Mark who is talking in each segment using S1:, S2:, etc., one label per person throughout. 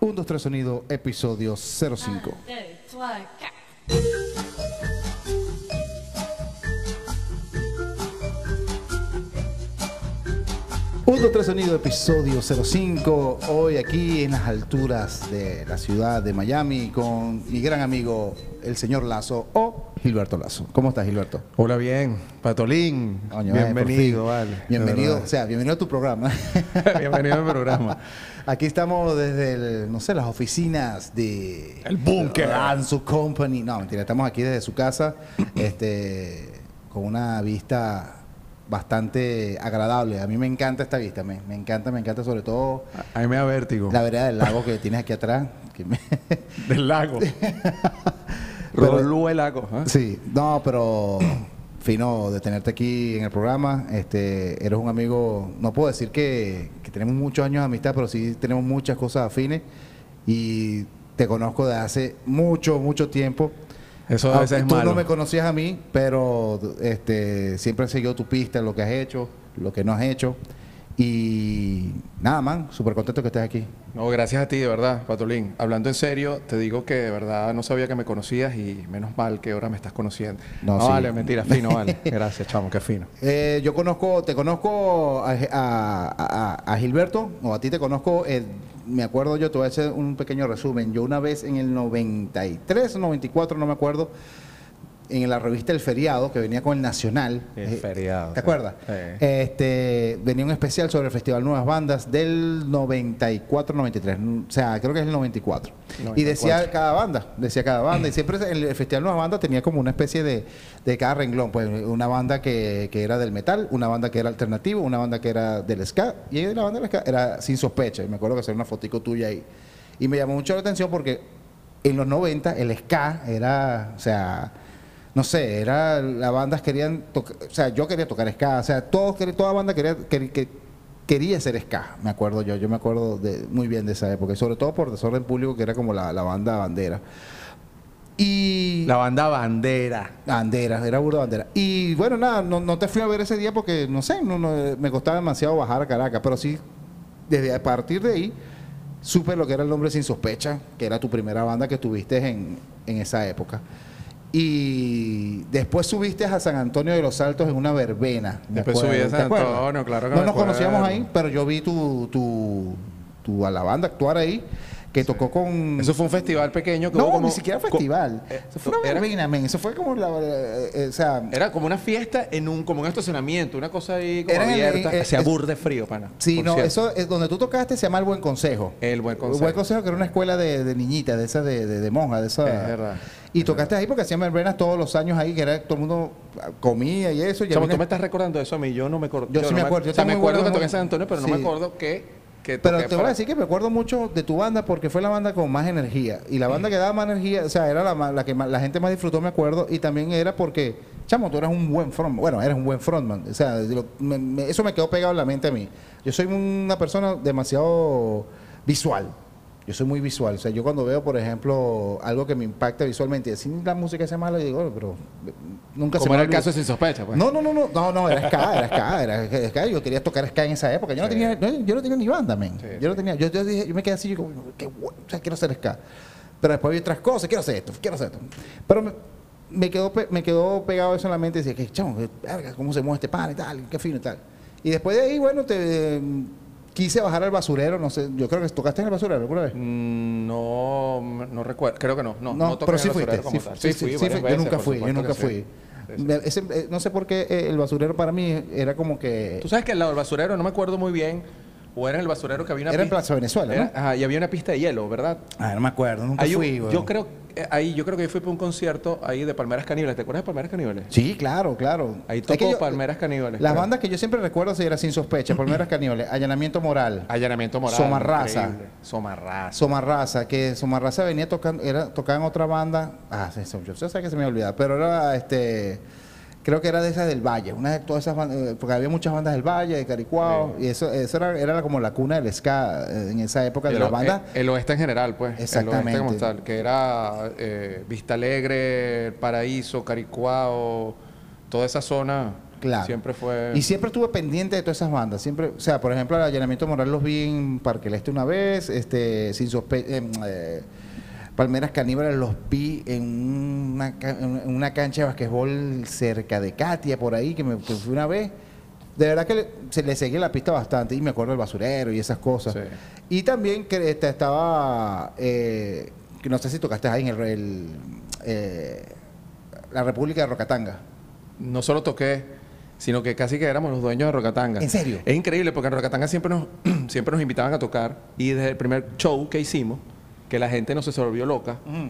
S1: 1, 2, 3 sonido, episodio 05. Punto 3 Sonido, episodio 05. Hoy aquí en las alturas de la ciudad de Miami con mi gran amigo, el señor Lazo o Gilberto Lazo. ¿Cómo estás, Gilberto?
S2: Hola, bien. Patolín,
S1: Coño, eh, por
S2: bienvenido,
S1: fin.
S2: vale. de
S1: Bienvenido, o
S2: verdad.
S1: sea, bienvenido a tu programa.
S2: bienvenido al programa.
S1: Aquí estamos desde, el, no sé, las oficinas de...
S2: El búnker.
S1: Anzu Company. No, mentira, estamos aquí desde su casa este, con una vista bastante agradable. A mí me encanta esta vista, me, me encanta, me encanta sobre todo
S2: A mí me da vértigo.
S1: la vereda del lago que tienes aquí atrás. que me-
S2: Del lago.
S1: Pero-
S2: Rolú el lago. ¿ah?
S1: sí, no, pero fino de tenerte aquí en el programa. Este, eres un amigo, no puedo decir que, que tenemos muchos años de amistad, pero sí tenemos muchas cosas afines y te conozco de hace mucho, mucho tiempo.
S2: Eso a
S1: Ah,
S2: veces es
S1: tú
S2: malo.
S1: no me conocías a mí, pero este, siempre he seguido tu pista, lo que has hecho, lo que no has hecho. Y nada, man, súper contento que estés aquí.
S2: No, gracias a ti, de verdad, Patolín. Hablando en serio, te digo que de verdad no sabía que me conocías y menos mal que ahora me estás conociendo.
S1: No,
S2: No,
S1: sí.
S2: vale, mentira, fino, vale. Gracias, chamo, qué fino.
S1: Eh, yo conozco, te conozco a, a- a- a Gilberto, o a ti te conozco, eh, me acuerdo yo, te voy a hacer un pequeño resumen. Yo una vez en el 93, 94, no me acuerdo, en la revista El Feriado, que venía con el Nacional.
S2: El
S1: eh,
S2: Feriado,
S1: ¿Te
S2: sí.
S1: acuerdas?
S2: Sí.
S1: Este, venía un especial sobre el Festival Nuevas Bandas del 94-93, o sea, creo que es el 94. Y
S2: 94.
S1: decía cada banda, decía cada banda, y siempre en el Festival Nuevas Bandas tenía como una especie de, de cada renglón, pues una banda que, que era del metal, una banda que era alternativo, una banda que era del ska, y la banda del ska era sin sospecha, y me acuerdo que hacía una fotico tuya ahí. Y me llamó mucho la atención porque en los 90 el ska era, o sea, no sé, era las bandas querían tocar, o sea, yo quería tocar ska, o sea, todos quer- toda banda quería quer- que- quería ser ska, me acuerdo yo, yo me acuerdo de, muy bien de esa época, y sobre todo por Desorden Público que era como la, la banda bandera. Y
S2: La banda Bandera.
S1: Bandera, era burda bandera. Y bueno, nada, no, no te fui a ver ese día porque, no sé, no, no, me costaba demasiado bajar a Caracas, pero sí, desde a partir de ahí, supe lo que era el nombre sin sospecha, que era tu primera banda que tuviste en, en esa época. Y después subiste a San Antonio de los Altos en una verbena. me
S2: Después
S1: acuerdo,
S2: subí a
S1: ¿te
S2: San
S1: acuerdas?
S2: Antonio, claro que
S1: No
S2: me
S1: nos
S2: acuerdo.
S1: conocíamos ahí, pero yo vi tu, tu, tu a la banda actuar ahí, que tocó con...
S2: Eso fue un festival pequeño que
S1: No,
S2: hubo como-
S1: ni siquiera
S2: co-
S1: festival.
S2: eh,
S1: eso fue una
S2: era-
S1: verbena, men. Eso fue como la. eh, eh, o sea.
S2: Era como una fiesta en un, como un estacionamiento, una cosa ahí como
S1: Era en el-
S2: abierta.
S1: eh,
S2: Hacía
S1: es-
S2: burde frío, pana.
S1: sí,
S2: por
S1: no,
S2: cierto.
S1: eso es donde tú tocaste se llama El Buen Consejo.
S2: El Buen Consejo.
S1: El Buen Consejo, que era una escuela de, de niñitas, de esas de, de, de monjas, de esas.
S2: Es verdad,
S1: Y tocaste ahí porque hacían verbenas todos los años ahí, que era todo el mundo ah, comía y eso. Y a
S2: Chamo,
S1: mí me-
S2: tú me estás recordando eso a mí, yo no me acuerdo.
S1: Yo sí
S2: no
S1: me acuerdo, yo
S2: o sea,
S1: tengo
S2: me
S1: muy
S2: acuerdo
S1: buena
S2: que toqué
S1: memoria.
S2: en San Antonio, pero no
S1: Sí.
S2: me acuerdo que, que
S1: Pero
S2: toqué
S1: te voy
S2: para-
S1: a decir que me acuerdo mucho de tu banda porque fue la banda con más energía. Y la
S2: Mm.
S1: banda que daba más energía, o sea, era la, ma- la que ma- la gente más disfrutó, me acuerdo. Y también era porque, chamo, tú eras un buen frontman. Bueno, eres un buen frontman. O sea, de lo- me- me- eso me quedó pegado en la mente a mí. Yo soy una persona demasiado visual. Yo soy muy visual. O sea, yo cuando veo, por ejemplo, algo que me impacta visualmente, y así la música sea mala, yo digo, "Bueno, pero eh, nunca se
S2: Como
S1: me
S2: era el
S1: olvida".
S2: caso de sin sospecha, pues.
S1: No, no, no, no, no, no, era ska, era ska, era ska. Yo quería tocar ska en esa época. Yo no
S2: Sí.
S1: tenía, no, yo no tenía ni banda, men.
S2: Sí,
S1: yo no tenía, yo, yo dije, yo me quedé así, yo como, qué bueno, o sea, quiero hacer ska. Pero después vi otras cosas, quiero hacer esto, quiero hacer esto. Pero me, me quedó, pe- me quedó pegado eso en la mente y decía, que chamo, que verga, cómo se mueve este pan y tal, qué fino y tal. Y después de ahí, bueno, te quise bajar al basurero, no sé, yo creo que tocaste en el basurero alguna vez.
S2: Mm, No, m- no recuerdo, creo que no. No, no, toqué
S1: pero
S2: en
S1: sí
S2: el
S1: fuiste.
S2: basurero
S1: Sí,
S2: como tal.
S1: sí, sí, sí,
S2: varias
S1: fui. yo
S2: veces,
S1: nunca
S2: por
S1: fui, yo
S2: supuesto
S1: nunca
S2: que
S1: fui.
S2: sí. Sí, sí.
S1: Me- ese- eh, no sé por qué eh, el basurero para mí era como que...
S2: Tú sabes que al lado del basurero, no me acuerdo muy bien, o era en el basurero que había una
S1: Era en
S2: pista-
S1: Plaza Venezuela,
S2: era-
S1: ¿no?
S2: ajá, y había una pista de hielo, ¿verdad?
S1: Ah, no me acuerdo, nunca
S2: Ahí yo-
S1: fui, güey.
S2: yo creo, eh, ahí, yo creo que yo fui para un concierto ahí de Palmeras Caníbales. ¿Te acuerdas de Palmeras Caníbales?
S1: Sí, claro, claro.
S2: Ahí
S1: Es que
S2: tocó
S1: yo-
S2: Palmeras Caníbales.
S1: Las
S2: creo.
S1: bandas que yo siempre recuerdo si era Sin Sospecha, Palmeras Caníbales, Allanamiento Moral,
S2: Allanamiento Moral.
S1: Somarraza.
S2: increíble. Somarraza.
S1: Somarraza, que Somarraza venía tocando, era, tocaba en otra banda, ah, sí, sí, yo sé que se me olvidaba, pero era este, creo que era de esas del Valle, una de todas esas bandas, eh, porque había muchas bandas del Valle, de Caricuao, y eso, eso era, era como la cuna del ska eh, en esa época de
S2: El
S1: las
S2: o- eh,
S1: bandas.
S2: El, el oeste en general, pues.
S1: Exactamente.
S2: El oeste como tal, que era eh, Vista Alegre, Paraíso, Caricuao, toda esa zona.
S1: Claro.
S2: Siempre fue.
S1: Y siempre estuve pendiente de todas esas bandas. Siempre, o sea, por ejemplo, el Allanamiento Moral los vi en Parque el Este una vez, este, sin sospecha. Palmeras Caníbales los vi en una, ca- en una cancha de basquetbol cerca de Katia, por ahí, que me que fui una vez. De verdad que le, se le seguía la pista bastante y me acuerdo del basurero y esas cosas.
S2: Sí.
S1: Y también que este, estaba, eh, que no sé si tocaste ahí en el, el, eh, la República de Rocatanga.
S2: no solo toqué, sino que casi que éramos los dueños de Rocatanga.
S1: ¿En serio?
S2: Es increíble porque en Rocatanga siempre nos, siempre nos invitaban a tocar y desde el primer show que hicimos, que la gente no se volvió loca,
S1: Mm.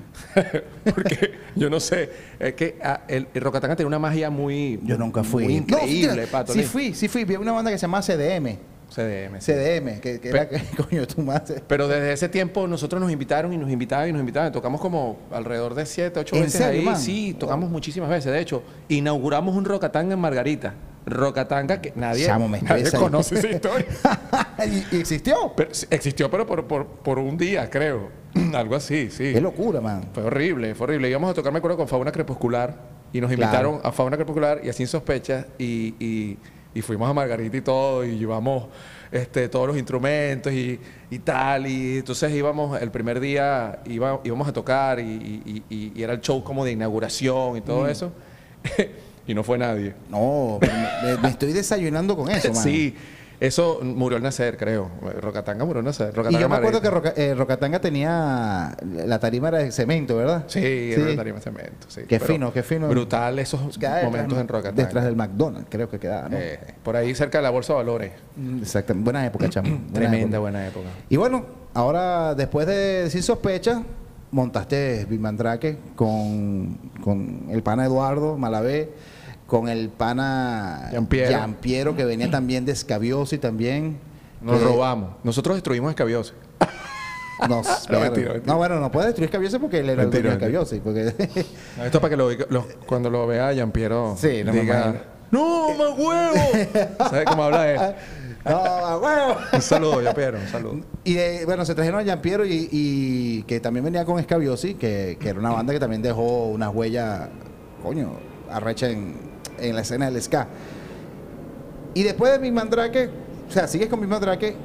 S2: porque yo no sé, es que ah, el, el Rocatanga tiene una magia muy...
S1: Yo nunca fui.
S2: muy
S1: No,
S2: increíble,
S1: hostia,
S2: Pato.
S1: Sí
S2: Lin.
S1: fui, sí fui. Vi una banda que se llama CDM.
S2: CDM. sí.
S1: CDM, que, que era, coño, tu madre.
S2: Pero desde ese tiempo nosotros nos invitaron y nos invitaban y nos invitaban. Tocamos como alrededor de siete, ocho
S1: ¿En
S2: veces
S1: serio,
S2: ahí.
S1: man?
S2: Sí, tocamos muchísimas veces. De hecho, inauguramos un Rocatanga en Margarita. Rocatanga que nadie,
S1: Chamo, me
S2: nadie
S1: estresa.
S2: conoce esa historia.
S1: ¿Y, y existió?
S2: Pero sí, existió, pero por, por, por un día, creo. Algo así, sí.
S1: Qué locura, man.
S2: Fue horrible, fue horrible. Íbamos a tocar, me acuerdo, con Fauna Crepuscular. Y nos
S1: Claro.
S2: invitaron a Fauna Crepuscular y así sospechas. Y, y, y fuimos a Margarita y todo. Y llevamos este, todos los instrumentos y, y tal. Y entonces íbamos, el primer día iba- íbamos a tocar. Y, y- y- y era el show como de inauguración y
S1: Mm.
S2: todo eso. y no fue nadie.
S1: No, pero me, me estoy desayunando con eso, man.
S2: Sí, eso murió al nacer, creo. Rocatanga murió al nacer.
S1: Y
S2: Rocatanga
S1: yo me acuerdo
S2: Margarita.
S1: que Roca- eh, Rocatanga tenía la tarima era de cemento, ¿verdad?
S2: Sí, era una tarima de cemento. Sí.
S1: Qué
S2: Pero
S1: fino, qué fino.
S2: Brutal esos
S1: Pues Quedaba detrás-
S2: momentos en Rocatanga.
S1: Detrás del McDonald's, creo que quedaba, ¿no?
S2: Eh, por ahí cerca de la Bolsa de Valores.
S1: Mm, Exactamente. Buena época, chamo. Buena
S2: Tremenda
S1: época.
S2: buena época.
S1: Y bueno, ahora después de Sin Sospecha, montaste Bimandrake con, con el pana Eduardo Malavé, con el pana
S2: Giampiero.
S1: Giampiero, que venía también de Escabioso y también.
S2: Nos
S1: que-
S2: robamos. Nosotros destruimos Escabioso.
S1: No,
S2: No,
S1: verga.
S2: mentira, mentira.
S1: No, bueno, no puede destruir Escabioso porque él era el dueño de
S2: Mentira,
S1: Escabioso. y Porque...
S2: Esto es para que lo, oiga- los- cuando lo vea Jean Piero
S1: Sí, no me imagino.
S2: diga, ¡No, más huevo! ¿Sabes cómo habla él?
S1: no, ah, a huevo.
S2: Un saludo, Jean Piero, un saludo.
S1: Y eh, bueno, se trajeron a Giampiero y, y que también venía con Escabiosi, que, que era una banda que también dejó unas huellas, coño, arrecha en, en la escena del ska. Y después de mi mandrake, o sea, sigues con mi mandrake,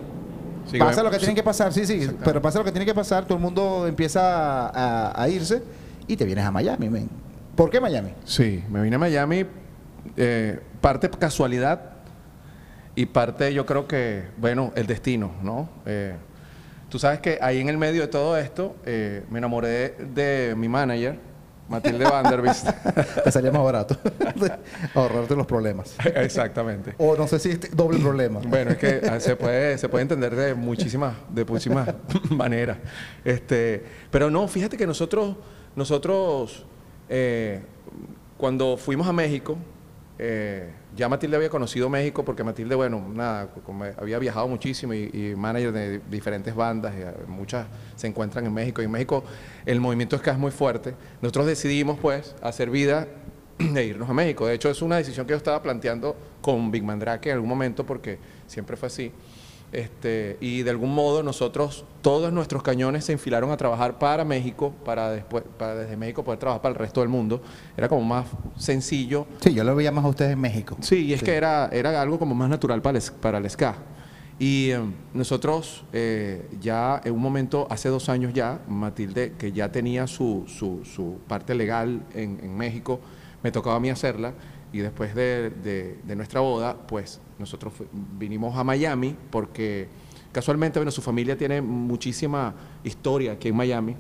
S2: Sí,
S1: pasa
S2: me-
S1: lo que tiene que pasar, sí, sí,
S2: Exactamente.
S1: pero pasa lo que tiene que pasar, todo el mundo empieza a, a- a irse y te vienes a Miami, men. ¿Por qué Miami?
S2: Sí, me vine a Miami, eh, parte casualidad y parte yo creo que, bueno, el destino, ¿no? Eh, tú sabes que ahí en el medio de todo esto eh, me enamoré de, de mi manager, Matilde Vanderbilt.
S1: Te salía más barato, ahorrarte los problemas.
S2: Exactamente.
S1: O no sé si este- doble problema.
S2: Bueno, es que ah, se puede, se puede entender de muchísimas, de muchísimas maneras. Este, pero no, fíjate que nosotros, nosotros eh, cuando fuimos a México, eh, ya Matilde había conocido México porque Matilde, bueno, nada, como había viajado muchísimo y, y manager de diferentes bandas, y, ah, muchas se encuentran en México. Y en México el movimiento ska es muy fuerte. Nosotros decidimos, pues, hacer vida de irnos a México. De hecho, es una decisión que yo estaba planteando con Big Mandrake en algún momento, porque siempre fue así. Este, y de algún modo nosotros, todos nuestros cañones se enfilaron a trabajar para México, para después, para desde México poder trabajar para el resto del mundo. Era como más sencillo
S1: Sí, yo lo veía más a ustedes en México.
S2: Sí, y es que era, era algo como más natural para el, s- para el ska. Y em, nosotros eh, ya en un momento, hace dos años ya, Matilde, que ya tenía su, su, su parte legal en, en México, me tocaba a mí hacerla. Y después de, de- de nuestra boda, pues nosotros fu- vinimos a Miami porque casualmente, bueno, su familia tiene muchísima historia aquí en Miami.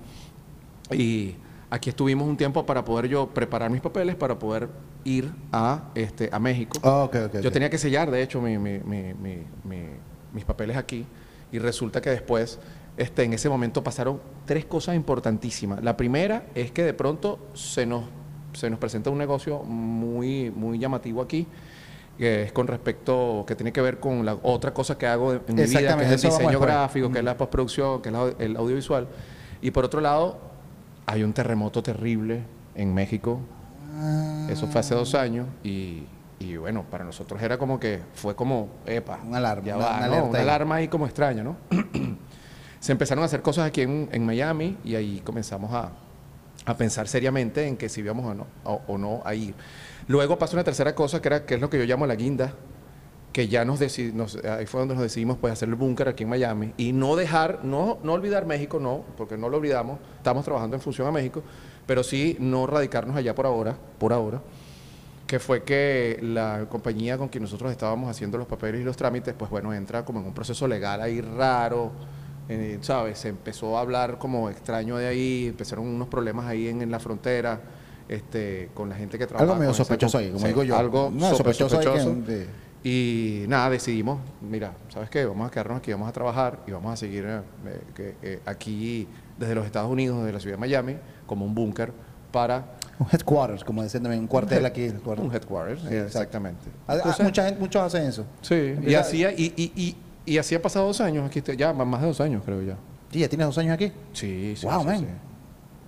S2: Y aquí estuvimos un tiempo para poder yo preparar mis papeles para poder ir a, este, a México.
S1: Ah, ok, ok,
S2: Yo
S1: ok.
S2: tenía que sellar, de hecho, mi- mi- mi- mi- mi- mis papeles aquí. Y resulta que después, este, en ese momento, pasaron tres cosas importantísimas. La primera es que de pronto se nos, se nos presenta un negocio muy, muy llamativo aquí, que es con respecto, que tiene que ver con la otra cosa que hago en mi vida, que
S1: Exactamente,
S2: es
S1: eso
S2: el
S1: vamos
S2: diseño
S1: después.
S2: gráfico, que es la postproducción, que es la- el audiovisual. Y por otro lado, hay un terremoto terrible en México eso fue hace dos años y, y bueno, para nosotros era como que fue como, epa,
S1: Un alarma,
S2: ya
S1: una-
S2: va,
S1: una
S2: ¿no?
S1: alerta
S2: Una
S1: ahí.
S2: alarma ahí como extraña, ¿no? Se empezaron a hacer cosas aquí en, en Miami y ahí comenzamos a, a pensar seriamente en que si íbamos o no, o, o no a ir. Luego pasa una tercera cosa que, era, que es lo que yo llamo la guinda, que ya nos, deci- nos- ahí fue donde nos decidimos pues hacer el búnker aquí en Miami y no dejar, no, no olvidar México, no, porque no lo olvidamos, estamos trabajando en función a México, pero sí no radicarnos allá por ahora, por ahora, que fue que la compañía con quien nosotros estábamos haciendo los papeles y los trámites, pues bueno, entra como en un proceso legal ahí raro, eh, ¿sabes? Se empezó a hablar como extraño de ahí, empezaron unos problemas ahí en, en la frontera. Este, con la gente que trabaja.
S1: Algo medio
S2: con esa
S1: sospechoso
S2: com-
S1: ahí, como
S2: sí,
S1: digo yo.
S2: Algo
S1: No,
S2: súper
S1: sospechoso ahí que-
S2: sospechoso.
S1: de-
S2: Y nada, decidimos, mira, ¿sabes qué? Vamos a quedarnos aquí, vamos a trabajar y vamos a seguir eh, eh, que, eh, aquí desde los Estados Unidos, desde la ciudad de Miami, como un búnker para
S1: Un headquarters, como dicen también, un cuartel aquí. el cuartel.
S2: un headquarters.
S1: Sí, exacto.
S2: exactamente.
S1: Ah, ah,
S2: Entonces,
S1: mucha gente, muchos hacen eso.
S2: sí, y
S1: Empieza-
S2: así, ha- y, y, y, y así ha pasado dos años, aquí estoy- ya más más de dos años creo ya.
S1: Sí, ya tienes dos años aquí.
S2: Sí, sí.
S1: Wow,
S2: sí,
S1: man.
S2: sí.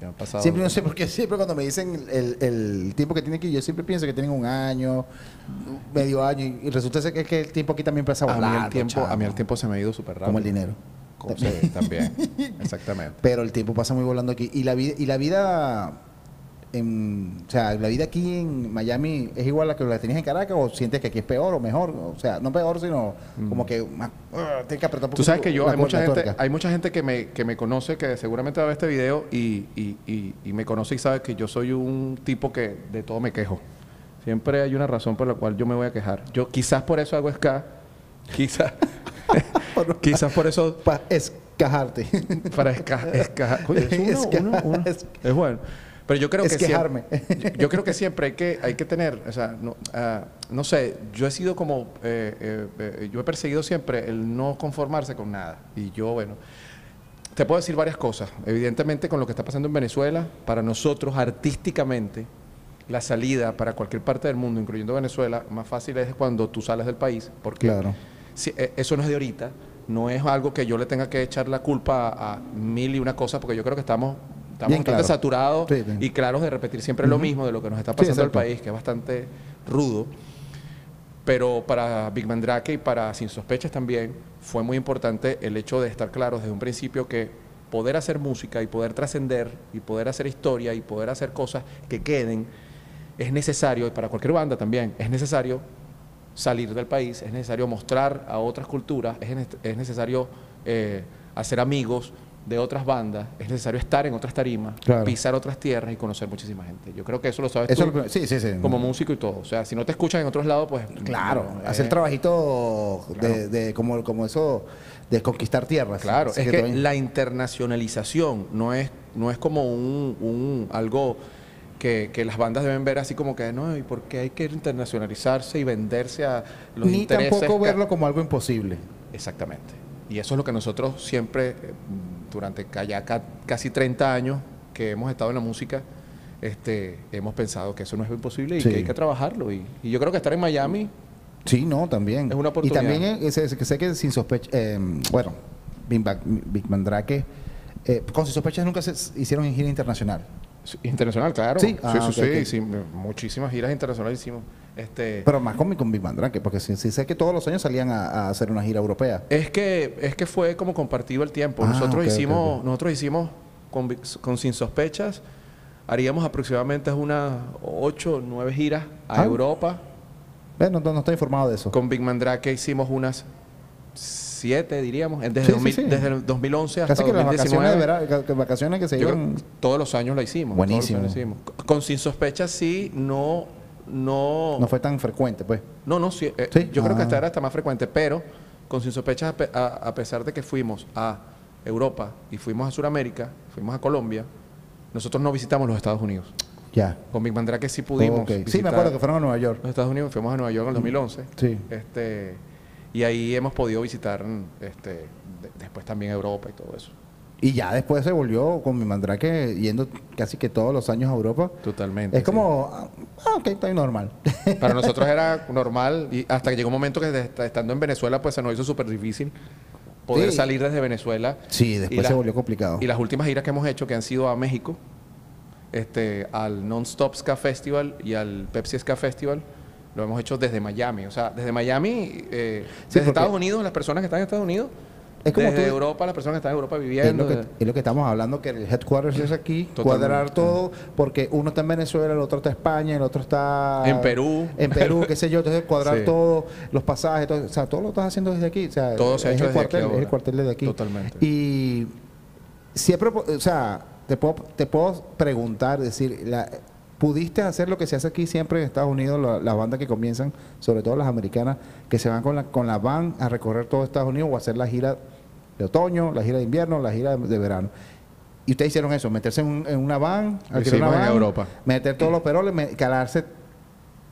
S2: Ya han pasado.
S1: Siempre, no sé por qué, siempre cuando me dicen el, el tiempo que tienen aquí, yo siempre pienso que tienen un año, medio año, y, y resulta ser que, que el tiempo aquí también pasa
S2: a,
S1: volando.
S2: mí el tiempo, a mí el
S1: chamo.
S2: tiempo se me ha ido súper rápido.
S1: Como el dinero.
S2: Como se- también. Exactamente.
S1: Pero el tiempo pasa muy volando aquí. Y la vida, y la vida en, o sea, la vida aquí en Miami es igual a la que la tenías en Caracas, o sientes que aquí es peor o mejor, o sea, no peor, sino como que más, ah, tienes que apretar un
S2: Mm. Tú sabes que yo,
S1: la
S2: hay
S1: cuerda,
S2: mucha,
S1: la
S2: gente,
S1: tuerca.
S2: hay mucha gente que me, que me conoce, que seguramente va a ver este video y, y- y- y me conoce y sabe que yo soy un tipo que de todo me quejo. Siempre hay una razón por la cual yo me voy a quejar. Yo quizás por eso hago ska, quizás, quizás por eso
S1: Para escajarte.
S2: para esca- esca- Oye, es uno,
S1: Esca-
S2: uno, uno.
S1: es-
S2: Es bueno. Pero yo creo que
S1: Esquejarme.
S2: siempre- yo- yo creo que siempre hay que, hay que tener, o sea, no, ah, no sé, yo he sido como, eh, eh, eh, yo he perseguido siempre el no conformarse con nada. Y yo, bueno, te puedo decir varias cosas. Evidentemente, con lo que está pasando en Venezuela, para nosotros artísticamente, la salida para cualquier parte del mundo, incluyendo Venezuela, más fácil es cuando tú sales del país, porque
S1: Claro.
S2: Sí, eh, eso no es de ahorita, no es algo que yo le tenga que echar la culpa a, a mil y una cosa, porque yo creo que estamos, estamos
S1: Bien
S2: bastante
S1: claro.
S2: saturados
S1: Sí, bien.
S2: y claros de repetir siempre lo mismo de lo que nos está pasando en el
S1: exacto.
S2: país, que es bastante rudo. Pero para Big Mandrake y para Sin Sospechas también fue muy importante el hecho de estar claros desde un principio que poder hacer música y poder trascender y poder hacer historia y poder hacer cosas que queden es necesario, y para cualquier banda también, es necesario salir del país, es necesario mostrar a otras culturas, es, ne- es necesario eh, hacer amigos de otras bandas, es necesario estar en otras tarimas,
S1: Claro.
S2: pisar otras tierras y conocer muchísima gente. Yo creo que eso lo sabes
S1: Eso
S2: tú
S1: es lo que- sí, sí, sí.
S2: como músico y todo. O sea, si no te escuchan en otros lados, pues.
S1: Claro,
S2: eh,
S1: hacer trabajito de, de- como, como eso de conquistar tierras.
S2: Claro,
S1: Así
S2: es que
S1: también-
S2: la internacionalización no es, no es como un, un- algo que, que las bandas deben ver así como que no, y por qué hay que internacionalizarse y venderse a los
S1: ni
S2: intereses
S1: tampoco
S2: ca-
S1: verlo como algo imposible.
S2: Exactamente. Y eso es lo que nosotros siempre, eh, durante ca- ya ca- casi 30 años que hemos estado en la música, este, hemos pensado que eso no es imposible y
S1: Sí.
S2: que hay que trabajarlo. Y, y yo creo que estar en Miami,
S1: Sí, no, también.
S2: Es una oportunidad.
S1: Y también eh, es- es- que sé que sin sospecha, eh, bueno, Big, Bang- Big Mandrake, eh, con sin sospechas nunca se s- hicieron en gira internacional.
S2: sí, internacional, claro.
S1: Sí.
S2: sí,
S1: Ah,
S2: sí,
S1: ok,
S2: sí,
S1: ok.
S2: sí, Muchísimas giras internacionales hicimos. Este,
S1: Pero más con, con Big Mandrake, porque sí, sí sé que todos los años salían a, a hacer una gira europea.
S2: Es que, es que fue como compartido el tiempo.
S1: Ah,
S2: nosotros
S1: ok, ok,
S2: hicimos,
S1: ok.
S2: nosotros hicimos con, vi- con Sin Sospechas, haríamos aproximadamente unas 8 o 9 giras a
S1: Ah.
S2: Europa.
S1: Eh, no, no- no estoy informado de eso.
S2: Con Big Mandrake hicimos unas 7, diríamos, en- desde,
S1: Sí,
S2: 2000
S1: sí, sí.
S2: desde el 2011 hasta
S1: Casi que las vacaciones,
S2: 2019.
S1: de vera- ca- que vacaciones que se
S2: Yo creo
S1: iban...
S2: que todos los años la hicimos. todos los años la
S1: Buenísimo.
S2: hicimos. C- Con Sin Sospechas sí, no... No,
S1: No fue tan frecuente, pues.
S2: no, no, sí. eh,
S1: Sí.
S2: Yo creo que
S1: Ah.
S2: esta era hasta más frecuente, pero con sin sospechas, a pe- a, a pesar de que fuimos a Europa y fuimos a Sudamérica, fuimos a Colombia, nosotros no visitamos los Estados Unidos.
S1: Ya.
S2: Con Big Mandrake sí pudimos.
S1: Ok. Sí, me
S2: visitar
S1: acuerdo que fueron a Nueva York.
S2: Los Estados Unidos, fuimos a Nueva York en el 2011.
S1: Sí.
S2: Este, y ahí hemos podido visitar mm, este, de- después también Europa y todo eso.
S1: Y ya después se volvió con mi mandrake yendo casi que todos los años a Europa.
S2: Totalmente.
S1: Es
S2: sí.
S1: como, ah, ah, ok, estoy normal.
S2: Para nosotros era normal y hasta que llegó un momento que desde- estando en Venezuela pues se nos hizo súper difícil poder
S1: Sí.
S2: salir desde Venezuela.
S1: Sí,
S2: Y
S1: después se volvió complicado.
S2: Y las últimas giras que hemos hecho que han sido a México, este, al Non-Stop Ska Festival y al Pepsi Ska Festival, lo hemos hecho desde Miami. O sea, desde Miami, eh, desde
S1: porque-
S2: Estados Unidos, las personas que están en Estados Unidos
S1: Es como
S2: Desde
S1: tú-
S2: Europa, las personas que están en Europa
S1: Es
S2: viviendo.
S1: lo, que, es lo que estamos hablando, que el headquarters es aquí,
S2: Totalmente.
S1: cuadrar todo, porque uno está en Venezuela, el otro está en España, el otro está...
S2: En Perú.
S1: En Perú, qué sé yo, entonces cuadrar
S2: Sí.
S1: todo, los pasajes, todo, o sea, todo lo estás haciendo desde aquí. O sea,
S2: Todo se ha
S1: es
S2: hecho
S1: el
S2: desde aquí
S1: cuartel, Es el
S2: ahora.
S1: cuartel desde aquí.
S2: Totalmente.
S1: Y siempre, o sea, te puedo, te puedo preguntar, decir, la- ¿pudiste hacer lo que se hace aquí siempre en Estados Unidos, la- las bandas que comienzan, sobre todo las americanas, que se van con la, con la van a recorrer todo Estados Unidos o hacer la gira de otoño, la gira de invierno, la gira de, de verano? Y ustedes hicieron eso, meterse en, un- en una van, alquilar
S2: Lo
S1: una
S2: hicimos en
S1: van,
S2: Europa.
S1: meter todos los peroles, me- calarse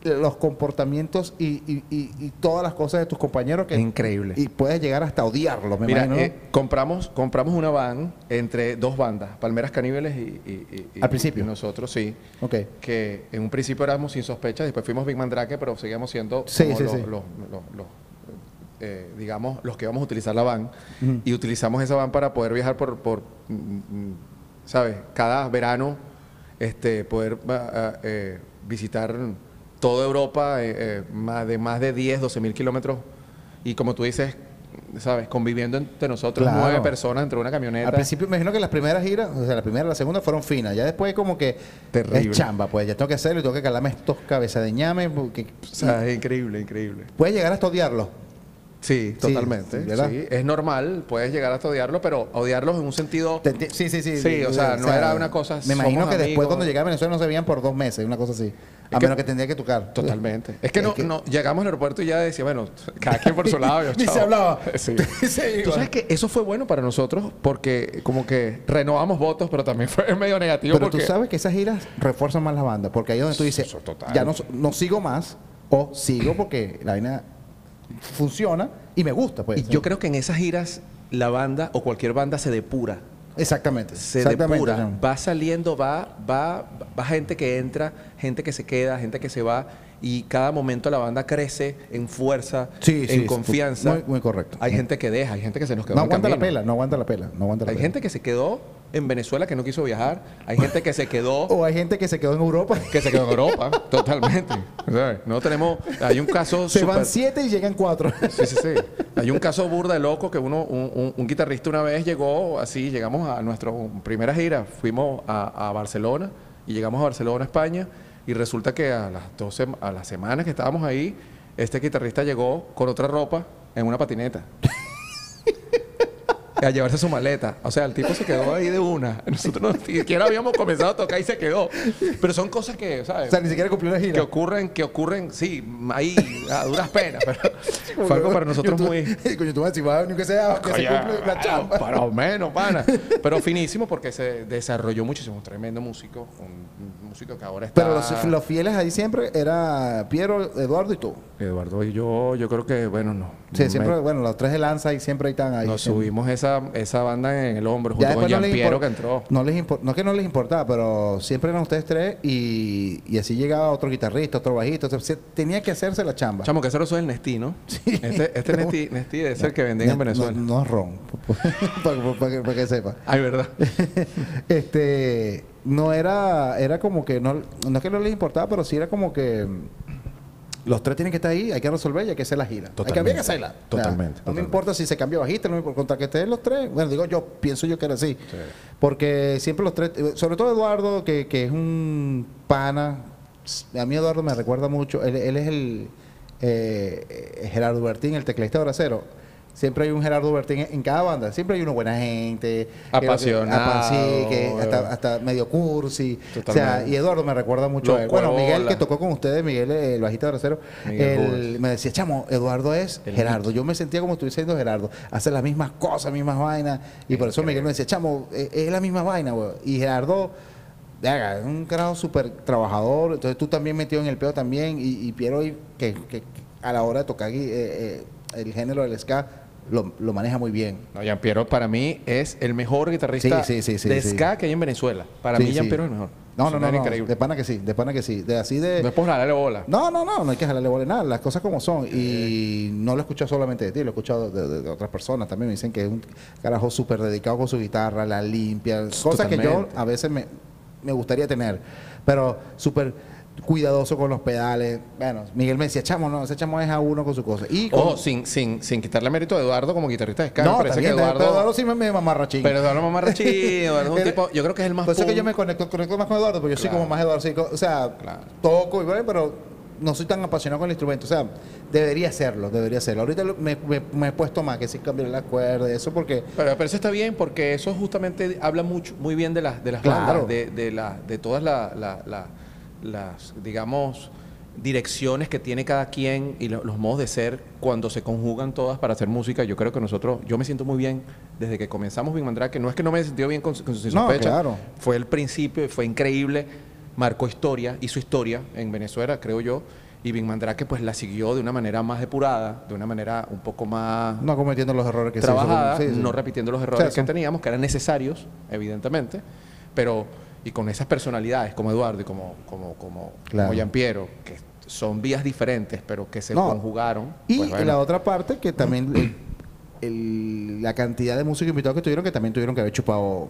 S1: los comportamientos y, y- y- y todas las cosas de tus compañeros que
S2: Increíble.
S1: y puedes llegar hasta odiarlo, me
S2: Mira,
S1: imagino.
S2: eh, compramos, compramos una van entre dos bandas, Palmeras Caníbales y, y- y-
S1: Al principio.
S2: y nosotros, sí.
S1: Ok.
S2: Que en un principio éramos sin sospecha, después fuimos Big Mandrake, pero seguíamos siendo
S1: Sí,
S2: como
S1: sí,
S2: los,
S1: sí.
S2: los- los- los, eh, digamos, los que íbamos a utilizar la van. Y utilizamos esa van para poder viajar por, por, mm, mm, ¿sabes? Cada verano, este, poder ah, ah, eh, visitar toda Europa, eh, eh, más de más de 10, 12 mil kilómetros. Y como tú dices, ¿sabes? Conviviendo entre nosotros
S1: Claro.
S2: nueve personas entre una camioneta.
S1: Al principio me imagino que las primeras giras, o sea, la primera y la segunda fueron finas. Ya después como que
S2: Terrible.
S1: es chamba, pues ya tengo que hacerlo y tengo que calarme estos cabezas de ñame. Porque,
S2: O sea, es increíble, increíble.
S1: puedes llegar hasta odiarlo.
S2: Sí, totalmente.
S1: sí, ¿verdad?
S2: sí. es normal, puedes llegar hasta odiarlos, pero odiarlos en un sentido.
S1: Te enti- sí, sí, sí.
S2: Sí, o sea, no era una cosa,
S1: Me imagino que
S2: somos
S1: después
S2: amigos.
S1: cuando llegaba a Venezuela no se veían por dos meses, una cosa así. A
S2: que-
S1: menos que tendría que tocar.
S2: Totalmente. Es que, no, no- llegamos al aeropuerto y ya decía, bueno, cada quien por su lado. yo,
S1: Ni
S2: chao.
S1: se hablaba.
S2: Sí.
S1: Sí,
S2: Tú
S1: igual.
S2: sabes que eso fue bueno para nosotros porque como que renovamos votos, pero también fue medio negativo
S1: Pero
S2: porque
S1: tú sabes que esas giras reforzan más la banda, porque ahí es donde tú dices,
S2: Eso, total.
S1: ya no, no sigo más, o sigo porque la vaina funciona y me gusta, pues.
S2: y yo creo que en esas giras la banda o cualquier banda se depura.
S1: Exactamente.
S2: Se
S1: exactamente,
S2: depura,
S1: Jean.
S2: va saliendo, va, va, va gente que entra, gente que se queda, gente que se va y cada momento la banda crece en fuerza,
S1: Sí,
S2: en
S1: sí,
S2: confianza.
S1: muy- muy correcto.
S2: Hay gente que deja, hay gente que se nos quedó.
S1: No
S2: en el
S1: aguanta la
S2: camino.
S1: pela, no aguanta la pela, no aguanta la
S2: Hay
S1: pela.
S2: gente que se quedó en Venezuela que no quiso viajar. Hay gente que se quedó
S1: O hay gente que se quedó en Europa.
S2: que se quedó en Europa, totalmente. ¿sabes? No tenemos. Hay un caso.
S1: Se van
S2: súper-
S1: siete y llegan cuatro.
S2: Sí, sí, sí. Hay un caso burda de loco que uno, un, un- un guitarrista una vez llegó así, llegamos a nuestra primera gira, fuimos a, a Barcelona y llegamos a Barcelona, España, y resulta que a las 12, a las semanas que estábamos ahí, este guitarrista llegó con otra ropa en una patineta. A llevarse su maleta. O sea, el tipo se quedó ahí de una. Nosotros no ni siquiera habíamos comenzado a tocar y se quedó. Pero son cosas que, ¿sabes?
S1: o sea, ni siquiera cumplió la
S2: que
S1: gira.
S2: ocurren, que ocurren, sí, ahí, a duras penas, pero fue algo para nosotros
S1: Yo-
S2: muy...
S1: Coño, tú vas a decir, va, ni que sea, que se
S2: Coño, ah,
S1: cumple la chamba.
S2: Para lo menos, pana. Pero finísimo porque se desarrolló muchísimo. Un tremendo músico. Un un músico que ahora está.
S1: Pero los, los fieles ahí siempre era Piero, Eduardo y tú.
S2: Eduardo y yo, yo creo que, bueno, no.
S1: Sí,
S2: Me-
S1: siempre, bueno, los tres de lanza y siempre ahí están ahí.
S2: Nos
S1: siempre.
S2: subimos esa, esa banda en el hombro
S1: Ya
S2: junto con
S1: después no
S2: Jean
S1: les
S2: Piero
S1: impor-
S2: que entró.
S1: No, les impor- no es que no les importaba, pero siempre eran ustedes tres y, y así llegaba otro guitarrista, otro bajista. o sea, se- tenía que hacerse la chamba.
S2: Chamo, que eso lo soy el Nestí, ¿no? Este, este Nestí, Nestí es el que venden
S1: No-
S2: en Venezuela.
S1: No, no es ron, para, que, pa' que sepa.
S2: Ay, ¿verdad?
S1: este, no era, era como que, no, no es que no les importaba, pero sí era como que mm, los tres tienen que estar ahí, hay que resolver y hay que hacer la gira. Hay que, había que
S2: Totalmente,
S1: hacerla. O sea,
S2: totalmente,
S1: No me
S2: totalmente.
S1: importa si se cambió bajista, no me importa, contra que estén los tres. Bueno, digo yo, pienso yo que era así. Porque siempre los tres, eh, sobre todo Eduardo, que, que es un pana, a mí Eduardo me recuerda mucho, él, él es el eh, eh, Gerardo Bertín, el teclista bracero. Siempre hay un Gerardo Bertín en en cada banda, siempre hay una buena gente. que-
S2: Apasionado.
S1: apa- sí, que hasta, hasta medio cursi. O sea,
S2: Totalmente.
S1: y Eduardo me recuerda mucho
S2: Los
S1: a él. Bueno, Miguel que
S2: huevolas.
S1: tocó con ustedes, Miguel, eh, el bajista bracero,
S2: Miguel
S1: él
S2: Rubens.
S1: me decía, chamo, Eduardo es
S2: El
S1: Gerardo. Yo me sentía como estuviese siendo Gerardo. Hace las mismas cosas, mismas vainas. Y por eso Miguel me decía, chamo, eh, es la misma vaina, güey. Y Gerardo, verga, es un carajo súper trabajador. Entonces tú también metido en el peo también. Y, y Piero, y- que, que a la hora de tocar eh, eh, el género del ska, lo, lo maneja muy bien.
S2: No, Jean Piero para mí es el mejor guitarrista
S1: Sí, sí, sí, sí,
S2: de
S1: sí.
S2: ska que hay en Venezuela. Para
S1: Sí,
S2: mí, Jean
S1: sí.
S2: Piero es el mejor.
S1: No,
S2: Es
S1: no,
S2: un
S1: no,
S2: man
S1: no,
S2: increíble.
S1: De pana que sí, de pana que sí. De así de.
S2: No es por jalarle bola.
S1: No, no, no, no hay que jalarle bola a nada. Las cosas como son.
S2: Eh.
S1: Y no lo he escuchado solamente de ti, lo he escuchado de, de- de otras personas también. Me dicen que es un carajo súper dedicado con su guitarra, la limpia. Cosas que yo
S2: Totalmente.
S1: a veces me, me gustaría tener. Pero súper cuidadoso con los pedales. Bueno, Miguel me decía, chamo, no, ese chamo es a uno con su cosa. Y con-
S2: Ojo, sin, sin, sin quitarle mérito a Eduardo como guitarrista de ska. me
S1: no, está
S2: parece
S1: bien,
S2: que Eduardo,
S1: pero Eduardo sí me, me mamarrachín.
S2: Pero Eduardo Mamarrachí, Eduardo es un
S1: Pero-
S2: tipo... Yo creo que es el más
S1: Por eso es que
S2: punk.
S1: yo me conecto, conecto más con Eduardo, porque yo soy
S2: Claro.
S1: como más Eduardo. soy co- o sea,
S2: Claro.
S1: toco, y bueno, pero no soy tan apasionado con el instrumento. O sea, debería hacerlo, debería hacerlo. Ahorita lo- me, me- me he puesto más que si cambiar la cuerda y eso, porque
S2: Pero, pero eso está bien porque eso justamente habla mucho, muy bien de las de las
S1: Claro.
S2: bandas, de, de, la- de todas la- la- la- las, digamos, direcciones que tiene cada quien y lo- los modos de ser cuando se conjugan todas para hacer música. Yo creo que nosotros, yo me siento muy bien desde que comenzamos Big Mandrake. No es que no me he sentido bien con, con Sin
S1: No,
S2: Sospecha.
S1: claro.
S2: Fue el principio, fue increíble. Marcó historia, hizo historia en Venezuela, creo yo. Y Big Mandrake pues la siguió de una manera más depurada, de una manera un poco más
S1: no cometiendo los errores que se hizo con-
S2: trabajada,
S1: sí, sí.
S2: no repitiendo los errores
S1: O sea,
S2: que teníamos, que eran necesarios, evidentemente, pero y con esas personalidades como Eduardo y como como como,
S1: Claro.
S2: como Gianpiero, que son vías diferentes, pero que se
S1: No.
S2: conjugaron.
S1: Y
S2: pues, bueno.
S1: la otra parte que también el- el- la cantidad de músicos invitados que tuvieron que también tuvieron que haber chupado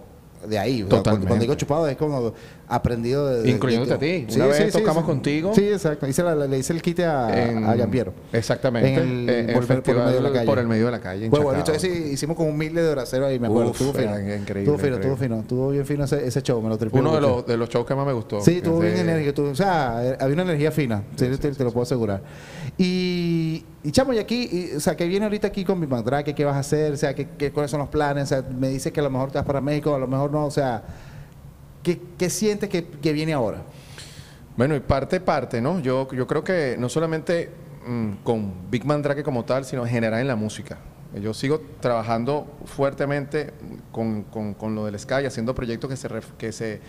S1: de ahí. O sea, cuando,
S2: Totalmente.
S1: cuando digo chupado es como aprendido de... de-
S2: Incluyéndote
S1: de-
S2: a ti. Una vez tocamos contigo.
S1: Sí, exacto. Hice la- la- le hice el quite a,
S2: En-
S1: a Giampiero.
S2: Exactamente.
S1: En el-
S2: Eh, en
S1: volver por el
S2: festival
S1: medio de la calle.
S2: por el medio de la calle, en
S1: Bueno, bueno,
S2: Chacao.
S1: entonces sí, hicimos como un mil de bracero ahí, me acuerdo.
S2: Uf,
S1: estuvo fino.
S2: era increíble,
S1: Estuvo fino, estuvo
S2: increíble.
S1: fino. Estuvo bien fino ese, ese show, me lo tripié
S2: uno de
S1: mucho.
S2: los, de los shows que más me gustó.
S1: Sí, estuvo bien
S2: Ese-
S1: enérgico. estuvo- o sea, eh, había una energía fina, sí, te, te lo puedo asegurar. Y, y chamo, y aquí, y, o sea, que viene ahorita aquí con mi mandrake, ¿qué vas a hacer? O sea, ¿qué, qué- cuáles son los planes? O sea, me dices que a lo mejor te vas para México, a lo mejor no, o sea, ¿qué, qué sientes que, que viene ahora?
S2: Bueno, y parte, parte, ¿no? Yo, yo creo que no solamente mm, con Big Man Drake como tal, sino en general en la música. Yo sigo trabajando fuertemente con, con- con lo del ska y haciendo proyectos que se, ref- que se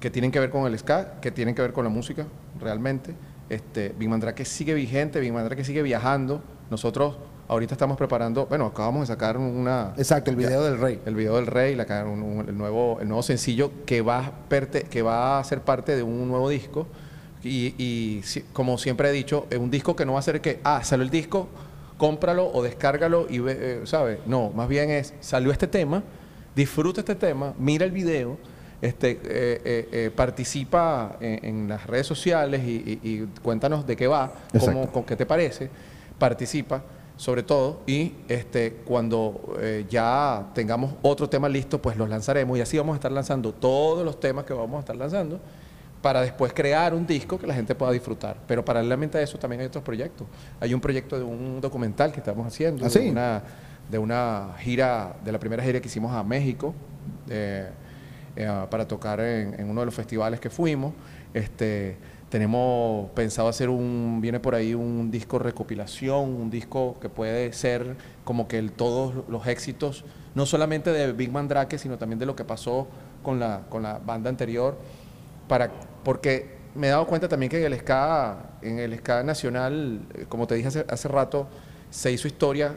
S2: que tienen que ver con el ska, que tienen que ver con la música, realmente. Este, Big Man Drake sigue vigente, Big Man Drake sigue viajando. Nosotros ahorita estamos preparando, bueno, acabamos de sacar una...
S1: Exacto, el video del rey.
S2: El video del Rey, la, ca- un- un- el, nuevo, el nuevo sencillo que va, a perte- que va a ser parte de un nuevo disco. Y, y si- como siempre he dicho, es un disco que no va a ser que, ah, salió el disco, cómpralo o descárgalo y ve, eh, ¿sabes? No, más bien es, salió este tema, disfruta este tema, mira el video, este, eh, eh, eh, participa en, en las redes sociales y, y- y cuéntanos de qué va,
S1: Exacto.
S2: cómo, con qué te parece, participa sobre todo y este cuando eh, ya tengamos otro tema listo, pues los lanzaremos y así vamos a estar lanzando todos los temas que vamos a estar lanzando para después crear un disco que la gente pueda disfrutar. Pero paralelamente a eso también hay otros proyectos. Hay un proyecto de un documental que estamos haciendo,
S1: ¿Ah,
S2: de
S1: sí?
S2: una de una gira, de la primera gira que hicimos a México. eh, eh, para tocar en, en uno de los festivales que fuimos. Este, tenemos pensado hacer un, viene por ahí un disco recopilación, un disco que puede ser como que el- todos los éxitos, no solamente de Big Man Drake, sino también de lo que pasó con la, con la banda anterior, para, porque me he dado cuenta también que en el ska, en el ska nacional, eh, como te dije hace, hace rato, se hizo historia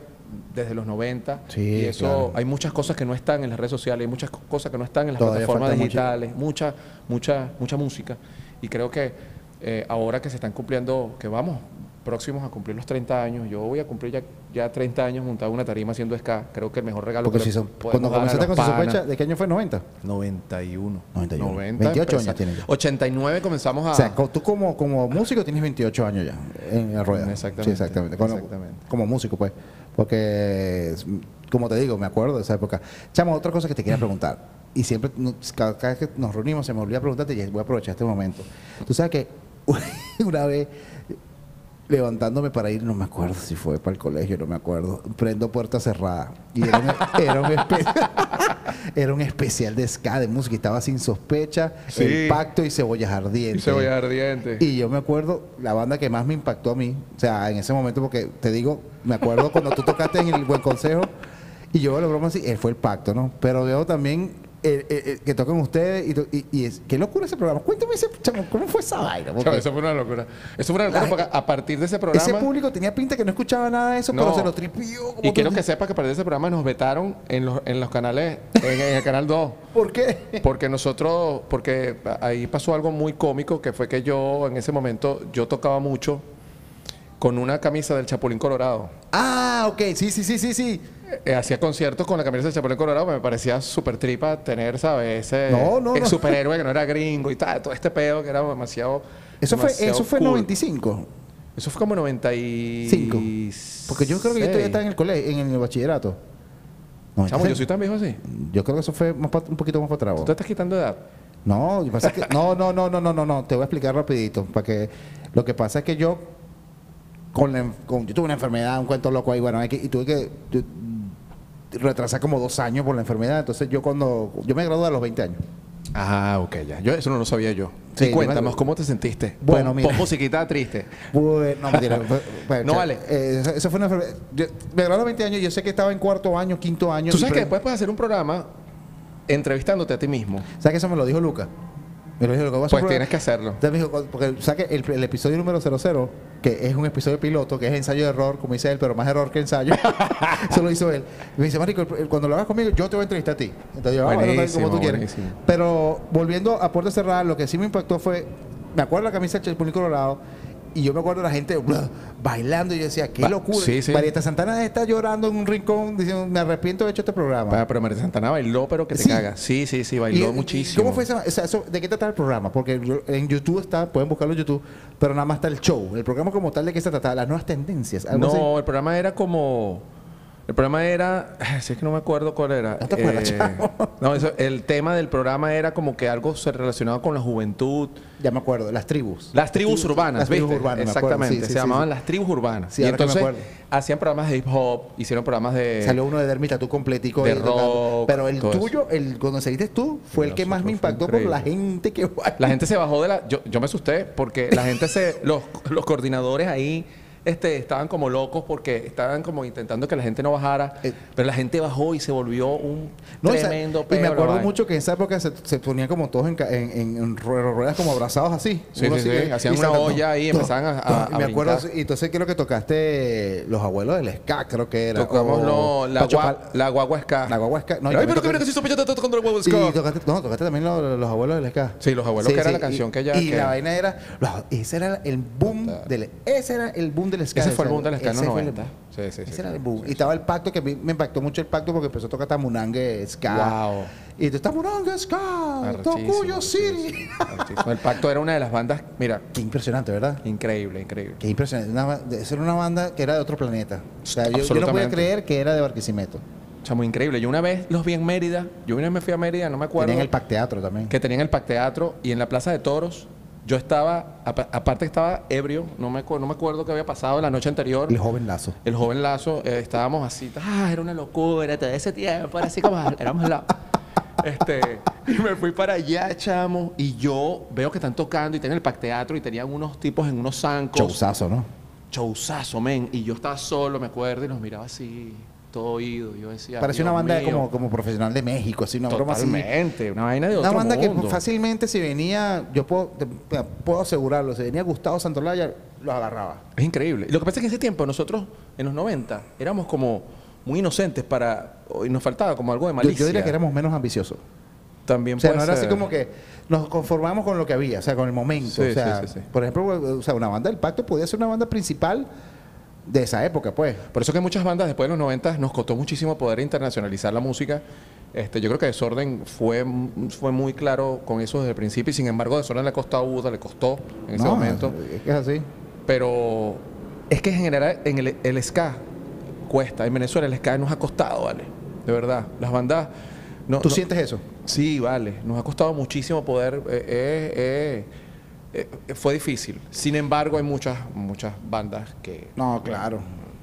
S2: desde los 90
S1: Sí,
S2: y eso
S1: claro.
S2: hay muchas cosas que no están en las redes sociales, hay muchas co- cosas que no están en las
S1: Todavía
S2: plataformas
S1: falta
S2: digitales, mucha, mucha, mucha música. Y creo que eh, ahora que se están cumpliendo, que vamos próximos a cumplir los 30 años, yo voy a cumplir ya, ya 30 años montado en una tarima haciendo ska, creo que el mejor regalo
S1: Porque
S2: que
S1: si
S2: le
S1: son, cuando
S2: podemos dar a
S1: comenzaste con
S2: los
S1: su
S2: panas.
S1: sospecha, ¿de qué año fue? ¿90?
S2: 91.
S1: 91.
S2: 90
S1: 28
S2: empezamos.
S1: años tiene ya.
S2: 89 comenzamos a...
S1: O sea, co- tú como, como músico tienes 28 años ya en la rueda.
S2: Exactamente,
S1: Sí, exactamente. Bueno,
S2: exactamente.
S1: Como músico, pues. Porque, es- como te digo, me acuerdo de esa época. Chamo, otra cosa que te quería preguntar. Y siempre, no- cada, cada vez que nos reunimos, se me olvida preguntarte y voy a aprovechar este momento. Tú sabes que una vez levantándome para ir, no me acuerdo si fue para el colegio, no me acuerdo, prendo puerta cerrada. Y era un, era un espe- era un especial de ska, de música, y estaba sin sospecha,
S2: Sí.
S1: el pacto y cebollas ardientes.
S2: y se voy a dar dientes.
S1: Y yo me acuerdo, la banda que más me impactó a mí, o sea, en ese momento, porque te digo, me acuerdo cuando tú tocaste en el Buen Consejo, y yo lo broma así, eh, fue el pacto, ¿no? Pero veo también eh, eh, eh, que tocan ustedes, y, to- y, y es, qué locura ese programa. Cuéntame ese, chamo, ¿cómo fue esa vaina? Porque
S2: Chavo, eso fue una locura. Eso fue una locura
S1: La-
S2: porque a partir de ese programa...
S1: ese público tenía pinta que no escuchaba nada de eso,
S2: No.
S1: pero se lo tripió. como
S2: Y
S1: tú
S2: quiero que
S1: dices.
S2: sepas que para ese programa nos vetaron en los, en los canales, en, en el canal 2.
S1: ¿Por qué?
S2: Porque nosotros, porque ahí pasó algo muy cómico, que fue que yo en ese momento, yo tocaba mucho con una camisa del Chapulín Colorado.
S1: Ah, ok, sí, sí, sí, sí, sí.
S2: eh, hacía conciertos con la camisa de Chapulín Colorado, me parecía súper tripa tener, ¿sabes? Ese
S1: No, no,
S2: eh,
S1: no.
S2: superhéroe que no era gringo y tal, todo este pedo que era demasiado.
S1: Eso fue,
S2: demasiado
S1: eso fue en
S2: cool.
S1: 95.
S2: Eso fue como 95.
S1: Cinco. Porque yo creo que yo todavía estaba en el colegio, en el bachillerato.
S2: Chamo, yo
S1: 96.
S2: soy tan viejo así.
S1: Yo creo que eso fue más pa- un poquito más para atrás.
S2: Tú
S1: vos.
S2: te estás quitando edad.
S1: No, lo que pasa es que- no, no, no, no, no, no, no, te voy a explicar rapidito, para que lo que pasa es que yo con, la en- con- yo tuve una enfermedad, un cuento loco ahí, bueno, hay que- y tuve que yo, retrasar como dos años por la enfermedad, entonces yo cuando yo me gradué a los 20 años.
S2: Ah, ok, ya. Yo eso no lo sabía yo.
S1: Sí,
S2: y cuéntanos,
S1: yo-
S2: ¿cómo te sentiste?
S1: Bueno,
S2: pon,
S1: mira.
S2: Pon musiquita triste.
S1: Bueno, no, mentira, fue- fue-
S2: No
S1: o sea,
S2: vale.
S1: eh, esa- esa fue una enfermedad. yo- me gradué a los 20 años, yo sé que estaba en cuarto año, quinto año.
S2: Tú
S1: y
S2: sabes
S1: pre-
S2: que después puedes hacer un programa entrevistándote a ti mismo.
S1: ¿Sabes que eso me lo dijo Lucas? Me lo dijo Lucas.
S2: Pues tienes que hacerlo.
S1: Entonces me dijo, porque ¿sabes que el, el episodio número 00, que es un episodio piloto, que es ensayo de error, como dice él, pero más error que ensayo, eso lo hizo él. Me dice, Marico, el- el- cuando lo hagas conmigo, yo te voy a entrevistar a ti. Entonces yo, "Ah, bueno, está bien,
S2: Buenísimo,
S1: como tú quieres.
S2: buenísimo.
S1: Pero volviendo a Puerta Cerrada, lo que sí me impactó fue, me acuerdo la camisa de Chapulín Colorado, y yo me acuerdo de la gente bla, bailando, y yo decía, qué
S2: Ba-
S1: locura.
S2: sí, sí.
S1: Marieta Santana está llorando en un rincón, diciendo, me arrepiento de hecho este programa.
S2: Ah, pero María Santana bailó, pero que te
S1: Sí.
S2: cagas. Sí, sí, sí,
S1: ¿Y-
S2: bailó
S1: y-
S2: muchísimo.
S1: ¿Cómo fue esa, o sea, eso- ¿De qué trata el programa? Porque yo- en YouTube está, pueden buscarlo en YouTube, pero nada más está el show. El programa como tal, ¿de qué se trata? Las nuevas tendencias. algo así.
S2: No, el programa era como. El programa era. Si es que no me acuerdo cuál era. eh,
S1: No te acuerdas,
S2: no, eso- el tema del programa era como que algo se- relacionado con la juventud.
S1: Ya me acuerdo, las tribus.
S2: Las tribus urbanas,
S1: Las tribus
S2: ¿viste?
S1: urbanas, me acuerdo,
S2: Exactamente,
S1: sí, sí,
S2: se
S1: sí,
S2: llamaban
S1: sí.
S2: las tribus urbanas.
S1: Sí,
S2: y
S1: ahora que me
S2: entonces
S1: acuerdo.
S2: hacían programas de hip hop, hicieron programas de...
S1: Salió uno de Dermita, tú completico.
S2: eh, De
S1: ahí tocando.
S2: rock,
S1: pero el
S2: todo
S1: tuyo, el cuando saliste tú, fue el que más me
S2: Nosotros
S1: impactó
S2: fue
S1: por la
S2: increíble.
S1: gente que baila.
S2: La gente se bajó de la... Yo, yo me asusté porque la gente se... Los, los coordinadores ahí este, estaban como locos porque estaban como intentando que la gente no bajara.
S1: Eh.
S2: pero la gente bajó y se volvió un
S1: No, y sa-
S2: tremendo
S1: y me
S2: peo, la
S1: acuerdo
S2: vaina.
S1: mucho que en esa época se, se ponían como todos en, ca- en- en- en rue- ruedas como abrazados así.
S2: Sí,
S1: Uno
S2: sí,
S1: así
S2: sí.
S1: que-
S2: Hacían
S1: y
S2: una
S1: saltando.
S2: olla ahí y
S1: Toc,
S2: empezaban a-
S1: toc.
S2: a-
S1: Y
S2: a
S1: me acuerdo,
S2: brincar.
S1: y entonces creo que tocaste Los Abuelos del Ska, creo que era.
S2: Tocamos
S1: o
S2: no, la,
S1: Pacho
S2: gua-
S1: Pal-
S2: la guagua ska.
S1: La guagua ska. No,
S2: No,
S1: y
S2: Ay,
S1: también
S2: pero que
S1: tocaste-
S2: mira que se hizo pechata contra la guagua
S1: Y
S2: ska.
S1: tocaste, no, tocaste también lo- lo- los abuelos del ska.
S2: Sí, Los Abuelos, que era la canción
S1: y-
S2: que ya-
S1: Y
S2: que-
S1: la vaina era. los- ese era el boom
S2: Puta.
S1: del. Ese era el boom del ska.
S2: Ese
S1: o
S2: fue el
S1: sea,
S2: boom del ska en los
S1: ese fue el-
S2: 90. Sí, sí, sí.
S1: Ese era el boom. y estaba el pacto que a mí me impactó mucho el pacto porque empezó a tocar Tamunangue Ska.
S2: Wow.
S1: Y tú Tamunangue Ska,
S2: Arrechísimo,
S1: Tocuyo City.
S2: arrechísimo, arrechísimo. ah, El Pacto era una de las bandas, mira,
S1: Qué impresionante, ¿verdad?
S2: increíble, increíble.
S1: Qué impresionante. Una ba- de- esa era una banda que era de otro planeta. O sea, yo, yo no podía
S2: Absolutamente.
S1: creer que era de Barquisimeto.
S2: Chamo, increíble. Yo una vez los vi en Mérida, yo una vez me fui a Mérida, no me acuerdo,
S1: Tenían el Pac Teatro también.
S2: que tenían el Pacteatro y en la Plaza de Toros yo estaba, apa- aparte que estaba ebrio, no me, acu- no me acuerdo qué había pasado la noche anterior.
S1: El joven Lazo.
S2: El joven Lazo, eh, estábamos así, ah, era una locura, todo ese tiempo, era así como, éramos la... Este, y me fui para allá, chamo, y yo veo que están tocando y tienen el Pacteatro y tenían unos tipos en unos zancos.
S1: Chauzazo, ¿no?
S2: Chousazo, men. Y yo estaba solo, me acuerdo, y los miraba así, todo oído. Yo decía.
S1: Parecía
S2: "Dios
S1: una banda de
S2: mío".
S1: como, como profesional de México, así, una broma así.
S2: Totalmente, una vaina de otro
S1: Una banda
S2: mundo.
S1: que fácilmente si venía, yo puedo, te- te- puedo asegurarlo, si venía Gustavo Santolaya, lo agarraba.
S2: Es increíble. Y Lo que pasa es que en ese tiempo, nosotros, en los 90, éramos como muy inocentes para. Y nos faltaba como algo de
S1: Yo,
S2: malicia.
S1: yo diría que éramos menos ambiciosos.
S2: También
S1: O sea,
S2: puede
S1: no era
S2: ser.
S1: así como que nos conformamos con lo que había, o sea, con el momento.
S2: Sí,
S1: o sea,
S2: sí, sí, sí.
S1: por ejemplo, o sea, una banda del pacto podía ser una banda principal de esa época, pues.
S2: Por eso que muchas bandas después de los 90 nos costó muchísimo poder internacionalizar la música. Este, yo creo que Desorden fue, fue muy claro con eso desde el principio y sin embargo Desorden le costó a Buda, le costó en ese
S1: No, eh,
S2: momento.
S1: es que es así.
S2: Pero es que en general en el, el ska cuesta. En Venezuela el ska nos ha costado, vale. De verdad. Las bandas. No,
S1: ¿Tú
S2: no-
S1: sientes eso?
S2: Sí, vale. Nos ha costado muchísimo poder. eh, eh, eh, eh, fue difícil. Sin embargo, hay muchas, muchas bandas que.
S1: No, claro.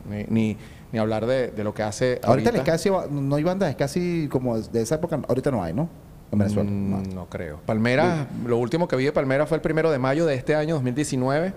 S2: Ni, ni, ni hablar de, de lo que hace.
S1: Ahorita, les casi no hay bandas, es casi como de esa época, ahorita no hay, ¿no? En Venezuela.
S2: Mm,
S1: no.
S2: No. creo. Palmera, lo último que vi de Palmera fue el primero de mayo de este año, 2019.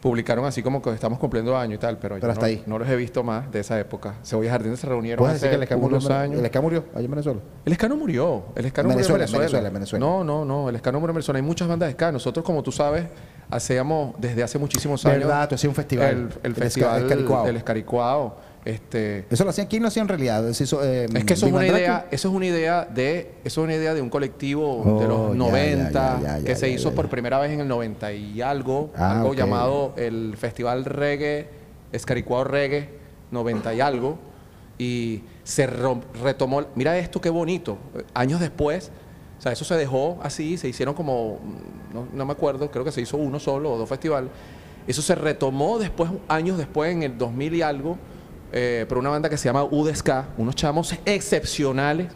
S2: Publicaron así como que estamos cumpliendo año y tal, pero, yo
S1: Pero hasta
S2: no,
S1: ahí.
S2: no los he visto más de esa época. Cebolla Jardín se reunieron
S1: ¿Puedes
S2: hace
S1: decir que el Esca murió,
S2: unos
S1: en Vene-
S2: años.
S1: el Esca murió allá en Venezuela?
S2: El escano murió. El escano murió en
S1: Venezuela,
S2: Venezuela.
S1: Venezuela, Venezuela.
S2: No, no, no. El escano murió en Venezuela. Hay muchas bandas de escano. Nosotros, como tú sabes, hacíamos desde hace muchísimos años.
S1: Verdad, tú hacías un festival.
S2: El, el
S1: El esca-
S2: festival.
S1: escaricuao.
S2: El escaricuao. Este,
S1: Eso lo hacían, ¿quién lo hacía en realidad? Se hizo, eh,
S2: es que eso es
S1: Big
S2: una
S1: Mandrake.
S2: idea, eso es una idea de, eso es una idea de un colectivo de
S1: Oh,
S2: los
S1: ya,
S2: 90
S1: ya, ya, ya,
S2: que se
S1: ya,
S2: hizo
S1: ya,
S2: por
S1: ya.
S2: primera vez en el 90 y algo,
S1: Ah,
S2: algo
S1: ok.
S2: llamado el Festival Reggae, Escaricuado Reggae 90 y algo, y se rom- retomó. Mira esto, qué bonito. Eh, Años después, o sea, eso se dejó así, se hicieron como, mm, no, no me acuerdo, creo que se hizo uno solo o dos festivales. Eso se retomó después, años después, en el 2000 y algo, eh, por una banda que se llama UDSK, unos chamos excepcionales.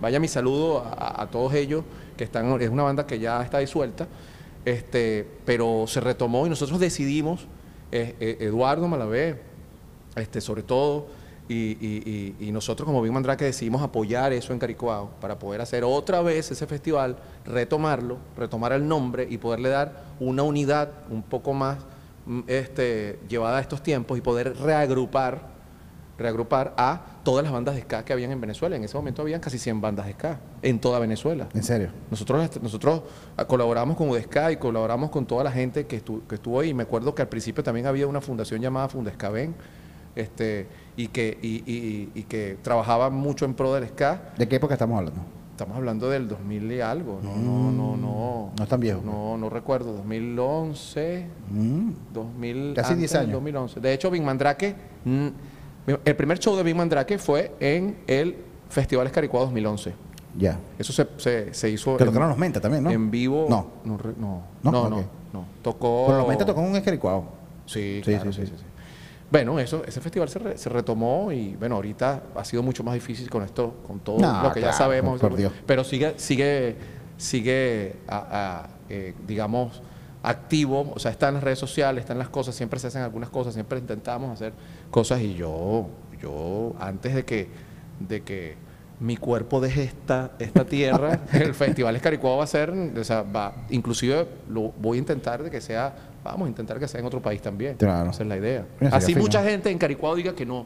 S2: Vaya mi saludo a, a todos ellos, que están, es una banda que ya está disuelta, este, pero se retomó y nosotros decidimos, eh, eh, Eduardo Malavé, este, sobre todo, y, y- y- y nosotros como Big Mandrake decidimos apoyar eso en Caricuao para poder hacer otra vez ese festival, retomarlo, retomar el nombre y poderle dar una unidad un poco más mm, este, llevada a estos tiempos y poder reagrupar reagrupar a todas las bandas de ska que habían en Venezuela. En ese momento habían casi 100 bandas de ska en toda Venezuela.
S1: En serio.
S2: Nosotros, est- nosotros ah, colaboramos con UDESCA y colaboramos con toda la gente que, estu- que estuvo ahí. Me acuerdo que al principio también había una fundación llamada Fundescaben este, y, que, y, y- y- y que trabajaba mucho en pro del SCA.
S1: ¿De qué época estamos hablando?
S2: Estamos hablando del 2000 y algo. No, no, no. No,
S1: Mm, No es tan viejo.
S2: No, no recuerdo. 2011,
S1: Mm.
S2: 2000,
S1: Casi
S2: antes
S1: 10
S2: del
S1: años.
S2: 2011. De hecho, Big Mandrake, mm, el primer show de Big Mandrake fue en el Festival Escaricua 2011.
S1: Ya.
S2: Eso se, se, se hizo
S1: Que
S2: en-
S1: tocaron los Menta también, ¿no?
S2: en vivo. Oh.
S1: No.
S2: No, re- no,
S1: ¿No?
S2: no, no,
S1: Ok.
S2: no. Tocó.
S1: Pero los Menta tocó un escaricuado.
S2: Sí,
S1: Sí,
S2: claro,
S1: sí,
S2: sí,
S1: sí.
S2: sí, sí. Bueno, eso, ese festival se, re- se retomó y bueno, ahorita ha sido mucho más difícil con esto, con todo
S1: No,
S2: lo que ya
S1: claro,
S2: sabemos.
S1: por Dios.
S2: Pero sigue, sigue, sigue, a- a, eh, digamos, activo. O sea, está en las redes sociales, están las cosas, siempre se hacen algunas cosas, siempre intentamos hacer cosas y yo, yo antes de que, de que mi cuerpo deje esta, esta tierra, el Festival Escaricua va a ser, o sea, va, inclusive lo voy a intentar de que sea, vamos a intentar que sea en otro país también.
S1: Claro.
S2: Esa es la idea.
S1: Mira, sería
S2: Así
S1: fino.
S2: mucha gente en Caricuado diga que no.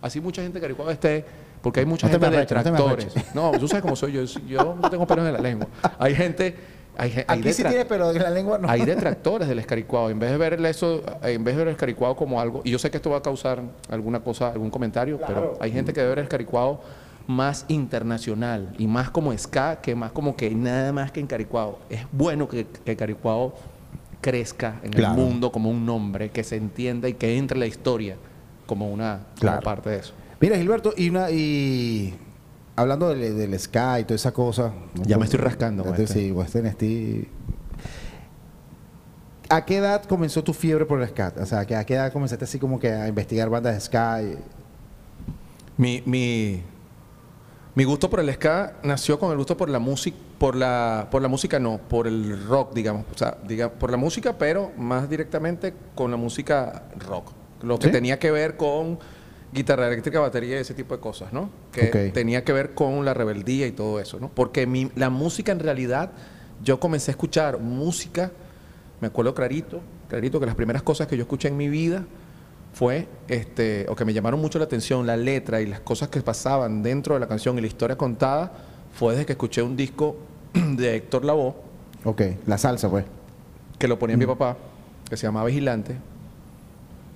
S2: Así mucha gente en Caricuado esté, porque hay mucha
S1: No te
S2: gente
S1: me
S2: de
S1: arreches, no te me
S2: detractores. No, tú sabes cómo soy yo, yo no tengo pelos en la lengua. Hay gente, hay, gen- hay,
S1: Aquí sí
S2: detrac-
S1: tiene, pero en la lengua no.
S2: hay detractores del escaricuado. En vez de verle eso, eh, en vez de ver el escaricuado como algo, y yo sé que esto va a causar alguna cosa, algún comentario, pero hay gente que debe ver el escaricuado más internacional y más como ska que más como que nada más que encaricuado. Es bueno que, que encaricuado crezca en
S1: Claro.
S2: el mundo como un nombre, que se entienda y que entre en la historia como una como
S1: Claro.
S2: parte de eso.
S1: Mira, Gilberto, y, una, y hablando del, del Sky y toda esa cosa.
S2: Ya me estoy rascando con
S1: Entonces,
S2: este.
S1: Sí, Western Steel. ¿A qué edad comenzó tu fiebre por el Sky? O sea, que ¿a qué edad comenzaste así como que a investigar bandas de Sky?
S2: Mi, mi, mi gusto por el ska nació con el gusto por la música, por la, por la música no, por el rock, digamos. O sea, diga, por la música, pero más directamente con la música rock. Lo que
S1: ¿Sí?
S2: tenía que ver con guitarra eléctrica, batería y ese tipo de cosas, ¿no? Que
S1: Ok.
S2: tenía que ver con la rebeldía y todo eso, ¿no? Porque mi, la música en realidad, yo comencé a escuchar música, me acuerdo clarito, clarito que las primeras cosas que yo escuché en mi vida fue, este, o que me llamaron mucho la atención, la letra y las cosas que pasaban dentro de la canción y la historia contada, fue desde que escuché un disco de Héctor Lavoe,
S1: Ok, la salsa, pues.
S2: que lo ponía mi papá, que se llamaba Vigilante,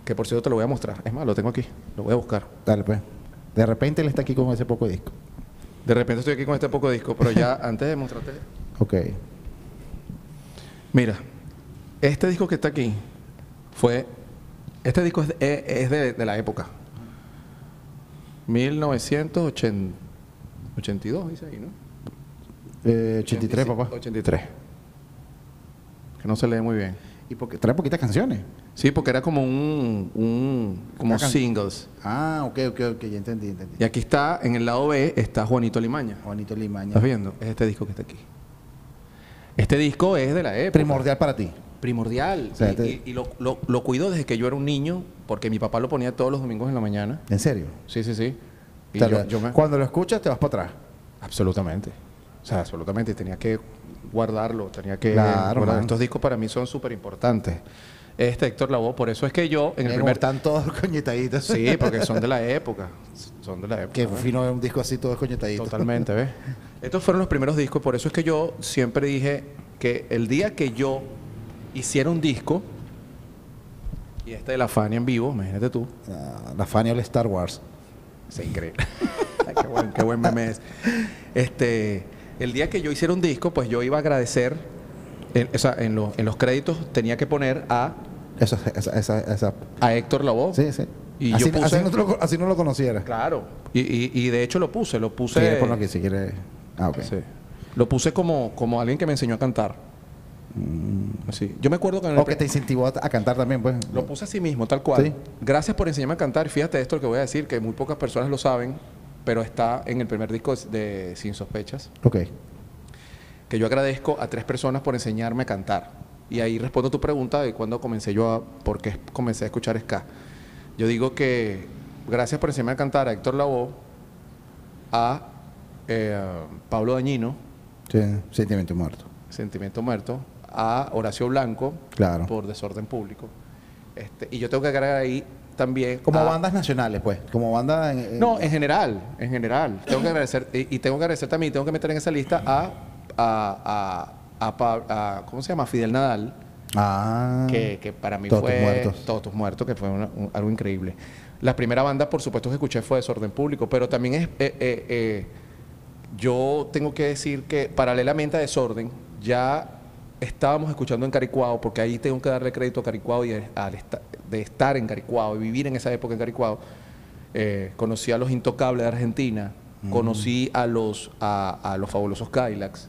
S2: que por cierto te lo voy a mostrar. Es más, lo tengo aquí, lo voy a buscar.
S1: Dale, pues. De repente él está aquí con ese poco disco.
S2: De repente estoy aquí con este poco disco, pero ya antes de mostrarte.
S1: Ok.
S2: Mira, este disco que está aquí fue. Este disco es de, es de- de la época. 1982, dice ahí, ¿no?
S1: Eh, 83, papá.
S2: 83. Que no se lee muy bien.
S1: Y porque trae poquitas canciones.
S2: Sí, porque era como un. un como
S1: Una can-
S2: singles.
S1: Ah, ok, ok, ok, ya entendí, entendí.
S2: Y aquí está, en el lado B, está Juanito Limaña.
S1: Juanito Limaña.
S2: ¿Estás viendo? Es este disco que está aquí. Este disco es de la época. este
S1: Primordial para ti.
S2: primordial.
S1: O sea,
S2: y
S1: te-
S2: y- y lo, lo- lo cuido desde que yo era un niño, porque mi papá lo ponía todos los domingos en la mañana.
S1: En serio.
S2: Sí, sí, sí. Y
S1: O sea,
S2: yo-
S1: lo-
S2: yo me-
S1: Cuando lo escuchas te vas para atrás.
S2: Absolutamente. O sea, absolutamente. Tenía que guardarlo, tenía que
S1: Claro,
S2: guardar.
S1: man.
S2: Estos discos para mí son súper importantes. Este Héctor Lavoe, por eso es que yo, en el
S1: Mira cómo
S2: primer...
S1: están todos coñetaditos.
S2: Sí, porque son de la época. Son de la época.
S1: Qué
S2: ¿no?
S1: fino ver un disco así todo coñetadito.
S2: Totalmente, ¿ves? Estos fueron los primeros discos, por eso es que yo siempre dije que el día que yo hiciera un disco, y este de la Fania en vivo, imagínate tú,
S1: Ah, la Fania de Star Wars.
S2: es increíble. Ay, qué, buen, qué buen meme es. Este, el día que yo hiciera un disco, pues yo iba a agradecer, en, o sea, en, los- en los créditos tenía que poner a,
S1: Eso, esa, esa, esa.
S2: a Héctor Lavoe,
S1: Sí, sí.
S2: Y
S1: así,
S2: yo puse.
S1: así no te lo- así no lo conociera.
S2: Claro. Y, y- y de hecho lo puse, lo
S1: Si quieres,
S2: puse.
S1: ponlo aquí, si quieres. Ah, ok.
S2: Sí. Lo puse como, como alguien que me enseñó a cantar.
S1: Mm.
S2: Sí. Yo me acuerdo que en el
S1: O que
S2: pri-
S1: te incentivó a, a cantar también, pues.
S2: Lo puse así mismo, tal cual.
S1: Sí.
S2: Gracias por enseñarme a cantar. Fíjate esto lo que voy a decir, que muy pocas personas lo saben, pero está en el primer disco de Sin Sospechas,
S1: Ok.
S2: que yo agradezco a tres personas por enseñarme a cantar. Y ahí respondo tu pregunta de cuándo comencé yo a, por qué comencé a escuchar ska. Yo digo que gracias por enseñarme a cantar a Héctor Lavoe, a eh, Pablo Dañino,
S1: Sí, sentimiento muerto.
S2: Sentimiento Muerto, a Horacio Blanco,
S1: Claro.
S2: por Desorden Público. Este, y yo tengo que agregar ahí también.
S1: Como
S2: a-
S1: bandas nacionales, pues. Como bandas. en- Ah. en-
S2: No, en general, en general. Tengo que agradecer, y, y tengo que agradecer también, tengo que meter en esa lista a, a, a, a Pa- a- ¿cómo se llama? Fidel Nadal,
S1: Ah.
S2: que, que para mí
S1: Todos
S2: fue
S1: tus muertos.
S2: Todos tus muertos, que fue una- un- algo increíble. La primera banda, por supuesto, que escuché fue Desorden Público, pero también es, eh, eh, eh, yo tengo que decir que paralelamente a Desorden, ya estábamos escuchando en Caricuao, porque ahí tengo que darle crédito a Caricuao y a- al esta- de estar en Caricuao y vivir en esa época en Caricuao. Eh, conocí a los Intocables de Argentina,
S1: Mm.
S2: conocí a los, a, a los fabulosos Kylax.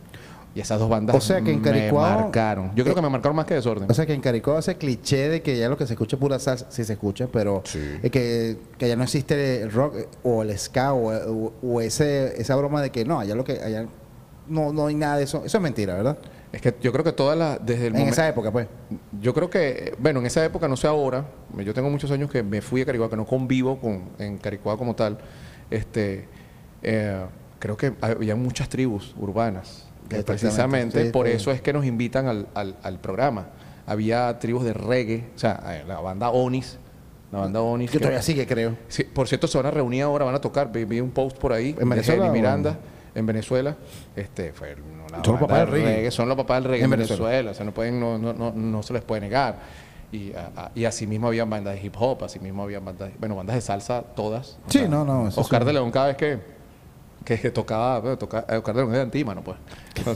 S2: Y esas dos bandas
S1: O sea que en
S2: me
S1: Caricuao- eh,
S2: marcaron. Yo creo que me marcaron más que Desorden.
S1: O sea que en Caricó ese cliché de que ya lo que se escucha es pura salsa, sí se escucha, pero eh, que, que ya no existe el rock eh, o el ska o, o- o ese, esa broma de que no, allá lo que allá no, no hay nada de eso. Eso es mentira, ¿verdad?
S2: Es que yo creo que todas las, desde el
S1: en
S2: momento,
S1: esa época, pues.
S2: yo creo que, bueno, en esa época, no sé ahora, yo tengo muchos años que me fui a Caricuá, que no convivo con, en Caricuá como tal, este, eh, creo que había muchas tribus urbanas, que
S1: Exactamente,
S2: precisamente
S1: sí,
S2: por
S1: sí.
S2: eso es que nos invitan al, al- al programa. Había tribus de reggae, o sea, eh, la banda Onis, la banda Onis.
S1: Que todavía sigue, creo.
S2: Sí, por cierto, se van a reunir ahora, van a tocar. Vi, vi un post por ahí
S1: ¿En Venezuela
S2: de Jenny
S1: o-
S2: Miranda en Venezuela. Este, fue una
S1: Son los
S2: banda
S1: papás
S2: de
S1: del reggae.
S2: Son los papás del reggae
S1: En
S2: en
S1: Venezuela.
S2: Venezuela. O sea, no, pueden, no, no, no, no se les puede negar. Y, a- a- y así mismo habían bandas de hip hop, así mismo habían bandas, bueno, bandas de salsa todas. O
S1: Sí, no, no, eso
S2: Oscar
S1: sí.
S2: de León cada vez que, que, que tocaba, bueno, toca- eh, Oscar de León es de antímano, pues. O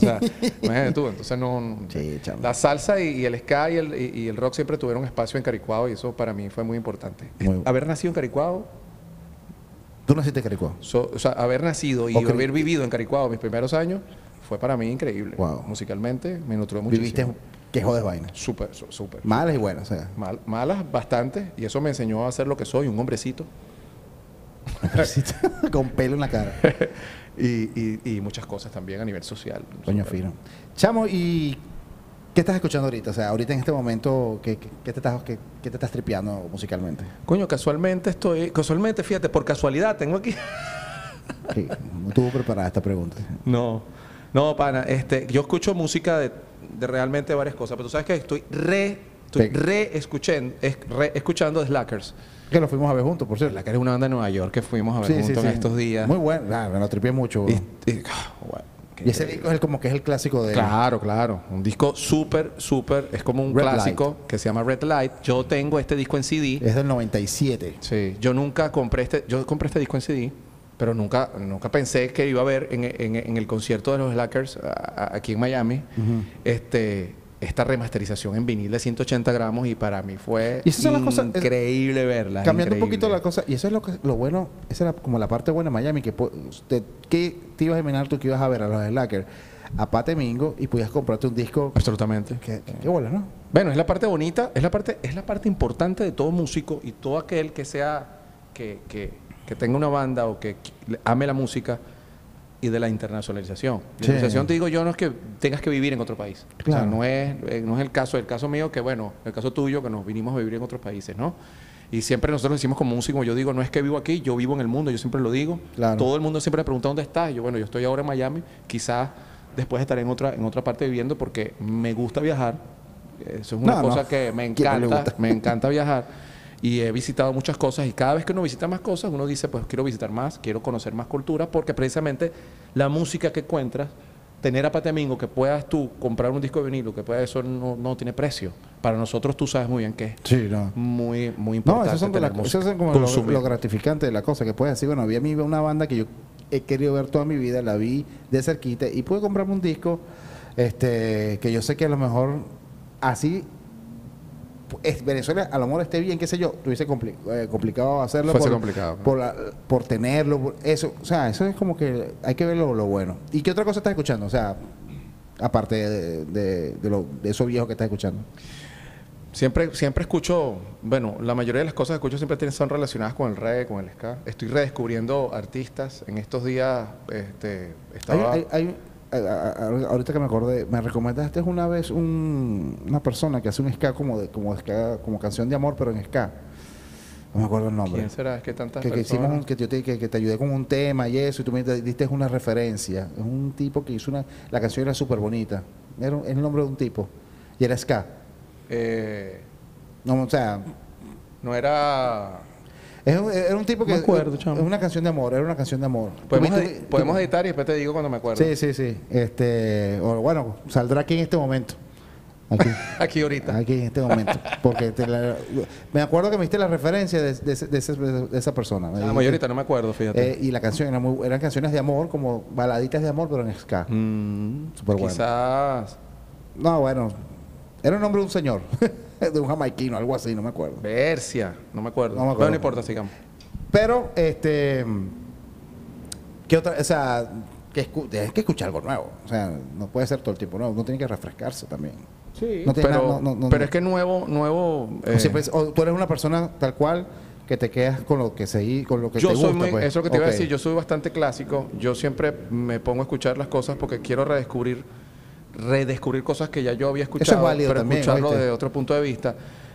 S2: sea, imagínate tú, entonces no...
S1: Sí, chamo.
S2: La salsa y, y el ska y el, y- y el rock siempre tuvieron espacio en Caricuao y eso para mí fue muy importante.
S1: Muy-
S2: Haber nacido en Caricuao
S1: Tú naciste en Caricó.
S2: So- o sea, haber nacido y
S1: Ok.
S2: haber vivido en Caricuao mis primeros años fue para mí increíble.
S1: Wow.
S2: Musicalmente me nutrió muchísimo.
S1: Viviste que jodes vainas.
S2: súper, su- súper.
S1: Malas y buenas, o sea.
S2: Mal- malas bastante y eso me enseñó a ser lo que soy, un hombrecito.
S1: con pelo en la cara.
S2: y, y- y muchas cosas también a nivel social.
S1: Coño
S2: Súper.
S1: fino. Chamo, ¿y qué estás escuchando ahorita? O sea, ahorita en este momento, ¿qué, qué- qué te, estás, qué, qué te estás tripeando musicalmente?
S2: Coño, casualmente estoy, casualmente, fíjate, por casualidad tengo aquí.
S1: Sí, no estuvo preparada esta pregunta.
S2: No, no, pana. Este, yo escucho música de, de realmente varias cosas, pero tú sabes que estoy re, estoy
S1: Pe-
S2: re, escuchen- es- re escuchando Slackers.
S1: Que lo fuimos a ver juntos, por cierto.
S2: Slackers es una banda de Nueva York que fuimos a ver juntos en estos días.
S1: Muy bueno. Ah, me lo tripié mucho. bro.
S2: Y- y- ah, bueno, qué
S1: Y ese
S2: increíble.
S1: disco es el- como que es el clásico de...
S2: Claro, claro. Un disco súper, súper. Es como un
S1: Red
S2: clásico que se llama Red Light. Yo tengo este disco en CD.
S1: Es del 97.
S2: Sí, yo nunca compré este, yo compré este disco en CD, pero nunca, nunca pensé que iba a ver en, en- en el concierto de los Slackers a- a- aquí en Miami este, esta remasterización en vinil de 180 gramos y para mí fue
S1: Y esas son las cosas- es-
S2: increíble verla.
S1: Cambiando un
S2: increíble.
S1: poquito la cosa, y eso es lo, que- lo bueno, esa era como la parte buena de Miami, que po- te, que te ibas a imaginar tú que ibas a ver a los Slackers a Pate Mingo y podías comprarte un disco
S2: Absolutamente.
S1: que, que, que bola, ¿no?
S2: Bueno, es la parte bonita, es la parte, es la parte importante de todo músico y todo aquel que sea, que, que- que tenga una banda o que qu- ame la música y de la internacionalización. La
S1: Sí.
S2: internacionalización, te digo yo, no es que tengas que vivir en otro país. O
S1: Claro.
S2: sea, no es, eh, no es el caso, el caso mío que, bueno, el caso tuyo que nos vinimos a vivir en otros países, ¿no? Y siempre nosotros decimos como músico, yo digo, no es que vivo aquí, yo vivo en el mundo, yo siempre lo digo.
S1: Claro.
S2: Todo el mundo siempre me pregunta dónde estás. Y Yo, bueno, yo estoy ahora en Miami, quizás después estaré en otra, en otra parte viviendo porque me gusta viajar. Eso es una
S1: No, no.
S2: cosa que me
S1: ¿Quién no le
S2: encanta,
S1: gusta?
S2: me encanta viajar y he visitado muchas cosas y cada vez que uno visita más cosas uno dice pues quiero visitar más, quiero conocer más cultura porque precisamente la música que encuentras, tener a Patemingo que puedas tú comprar un disco de vinilo, que puedas, eso no, no tiene precio. Para nosotros tú sabes muy bien que es
S1: Sí, no.
S2: muy, muy
S1: No,
S2: importante.
S1: esos son, de
S2: tener
S1: la-
S2: música,
S1: esos son como lo,
S2: consumir.
S1: lo gratificante de la cosa, que puedes decir, bueno, había mí una banda que yo he querido ver toda mi vida, la vi de cerquita y pude comprarme un disco este que yo sé que a lo mejor así es- Venezuela a lo mejor esté bien, qué sé yo, tuviese compli- eh, complicado hacerlo
S2: Fuese
S1: por,
S2: complicado.
S1: por, la- por tenerlo, por eso, o sea, eso es como que hay que ver lo, lo bueno. ¿Y qué otra cosa estás escuchando? O sea, aparte de, de, de lo, de eso viejo que estás escuchando.
S2: Siempre, siempre escucho, bueno, la mayoría de las cosas que escucho siempre tienen- son relacionadas con el reggae, con el ska. Estoy redescubriendo artistas. En estos días este, estaba...
S1: Hay- hay- hay- a- a- a- ahorita que me acordé, me recomendaste una vez un- una persona que hace un ska como de, como ska, como canción de amor, pero en ska. No me acuerdo el nombre.
S2: ¿Quién será? Es que tantas
S1: Que, que hicimos
S2: personas-
S1: un- que, yo te, que, que te ayudé con un tema y eso, y tú me di- diste una referencia. Es un tipo que hizo una. La canción era súper bonita. Era un- era el nombre de un tipo. Y era Ska.
S2: Eh,
S1: No, o sea,
S2: no era...
S1: es un- era un tipo que.
S3: Me acuerdo,
S1: es
S3: chamo.
S1: una canción de amor, era una canción de amor.
S2: Podemos,
S1: Tú- tú-
S2: edi- podemos editar y después te digo cuando me acuerdo.
S1: Sí, sí, sí. Este, o bueno, saldrá aquí en este momento. Aquí.
S2: Aquí ahorita.
S1: Aquí en este momento. Porque te la- me acuerdo que me diste la referencia de, de ese- de ese- de esa persona. Me
S2: La
S1: dijiste-
S2: mayoría ahorita Ah, no me acuerdo, fíjate.
S1: Eh, y la canción era muy- eran canciones de amor, como baladitas de amor, pero en ska.
S2: Mm,
S1: súper bueno.
S2: Quizás...
S1: No, bueno, era un nombre de un señor, de un jamaiquino, algo así, no me acuerdo.
S2: Bercia. No me acuerdo.
S1: No me acuerdo.
S2: Pero no importa, sigamos.
S1: Pero, este, ¿qué otra? O sea, que escu- tienes que escuchar algo nuevo. O sea, no puede ser todo el tiempo nuevo, uno tiene que refrescarse también.
S2: Sí.
S1: No tiene
S2: pero
S1: nada- no- no- no-
S2: pero
S1: no.
S2: es que nuevo... nuevo
S1: O
S2: eh,
S1: siempre es- pues, o tú eres una persona tal cual que te quedas con lo que seguí, con lo que
S2: yo
S1: te
S2: soy
S1: gusta.
S2: muy-
S1: pues.
S2: eso es lo que te iba a
S1: Ok.
S2: decir, yo soy bastante clásico, yo siempre me pongo a escuchar las cosas porque quiero redescubrir redescubrir cosas que ya yo había escuchado,
S1: válido
S2: pero
S1: también,
S2: escucharlo
S1: ¿oíste?
S2: desde otro punto de vista,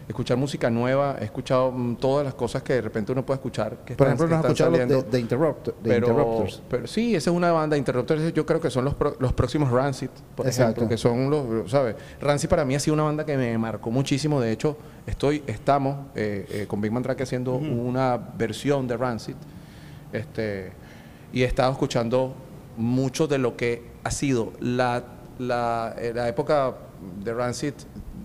S2: escuchar música nueva, he escuchado mm, todas las cosas que de repente uno puede escuchar que
S1: Por
S2: están-
S1: ejemplo,
S2: que
S1: no has
S2: están
S1: escuchado los de,
S2: saliendo.
S1: de Interrupt- de
S2: pero,
S1: Interrupters.
S2: pero sí, esa es una banda. Interrupters, yo creo que son los, pro- los próximos Rancid, por
S1: Exacto.
S2: ejemplo, que son los, ¿sabes? Rancid para mí ha sido una banda que me marcó muchísimo. De hecho, estoy, estamos eh, eh, con Big Man Track haciendo una versión de Rancid. Este, y he estado escuchando mucho de lo que ha sido la, la, eh, la época de Rancid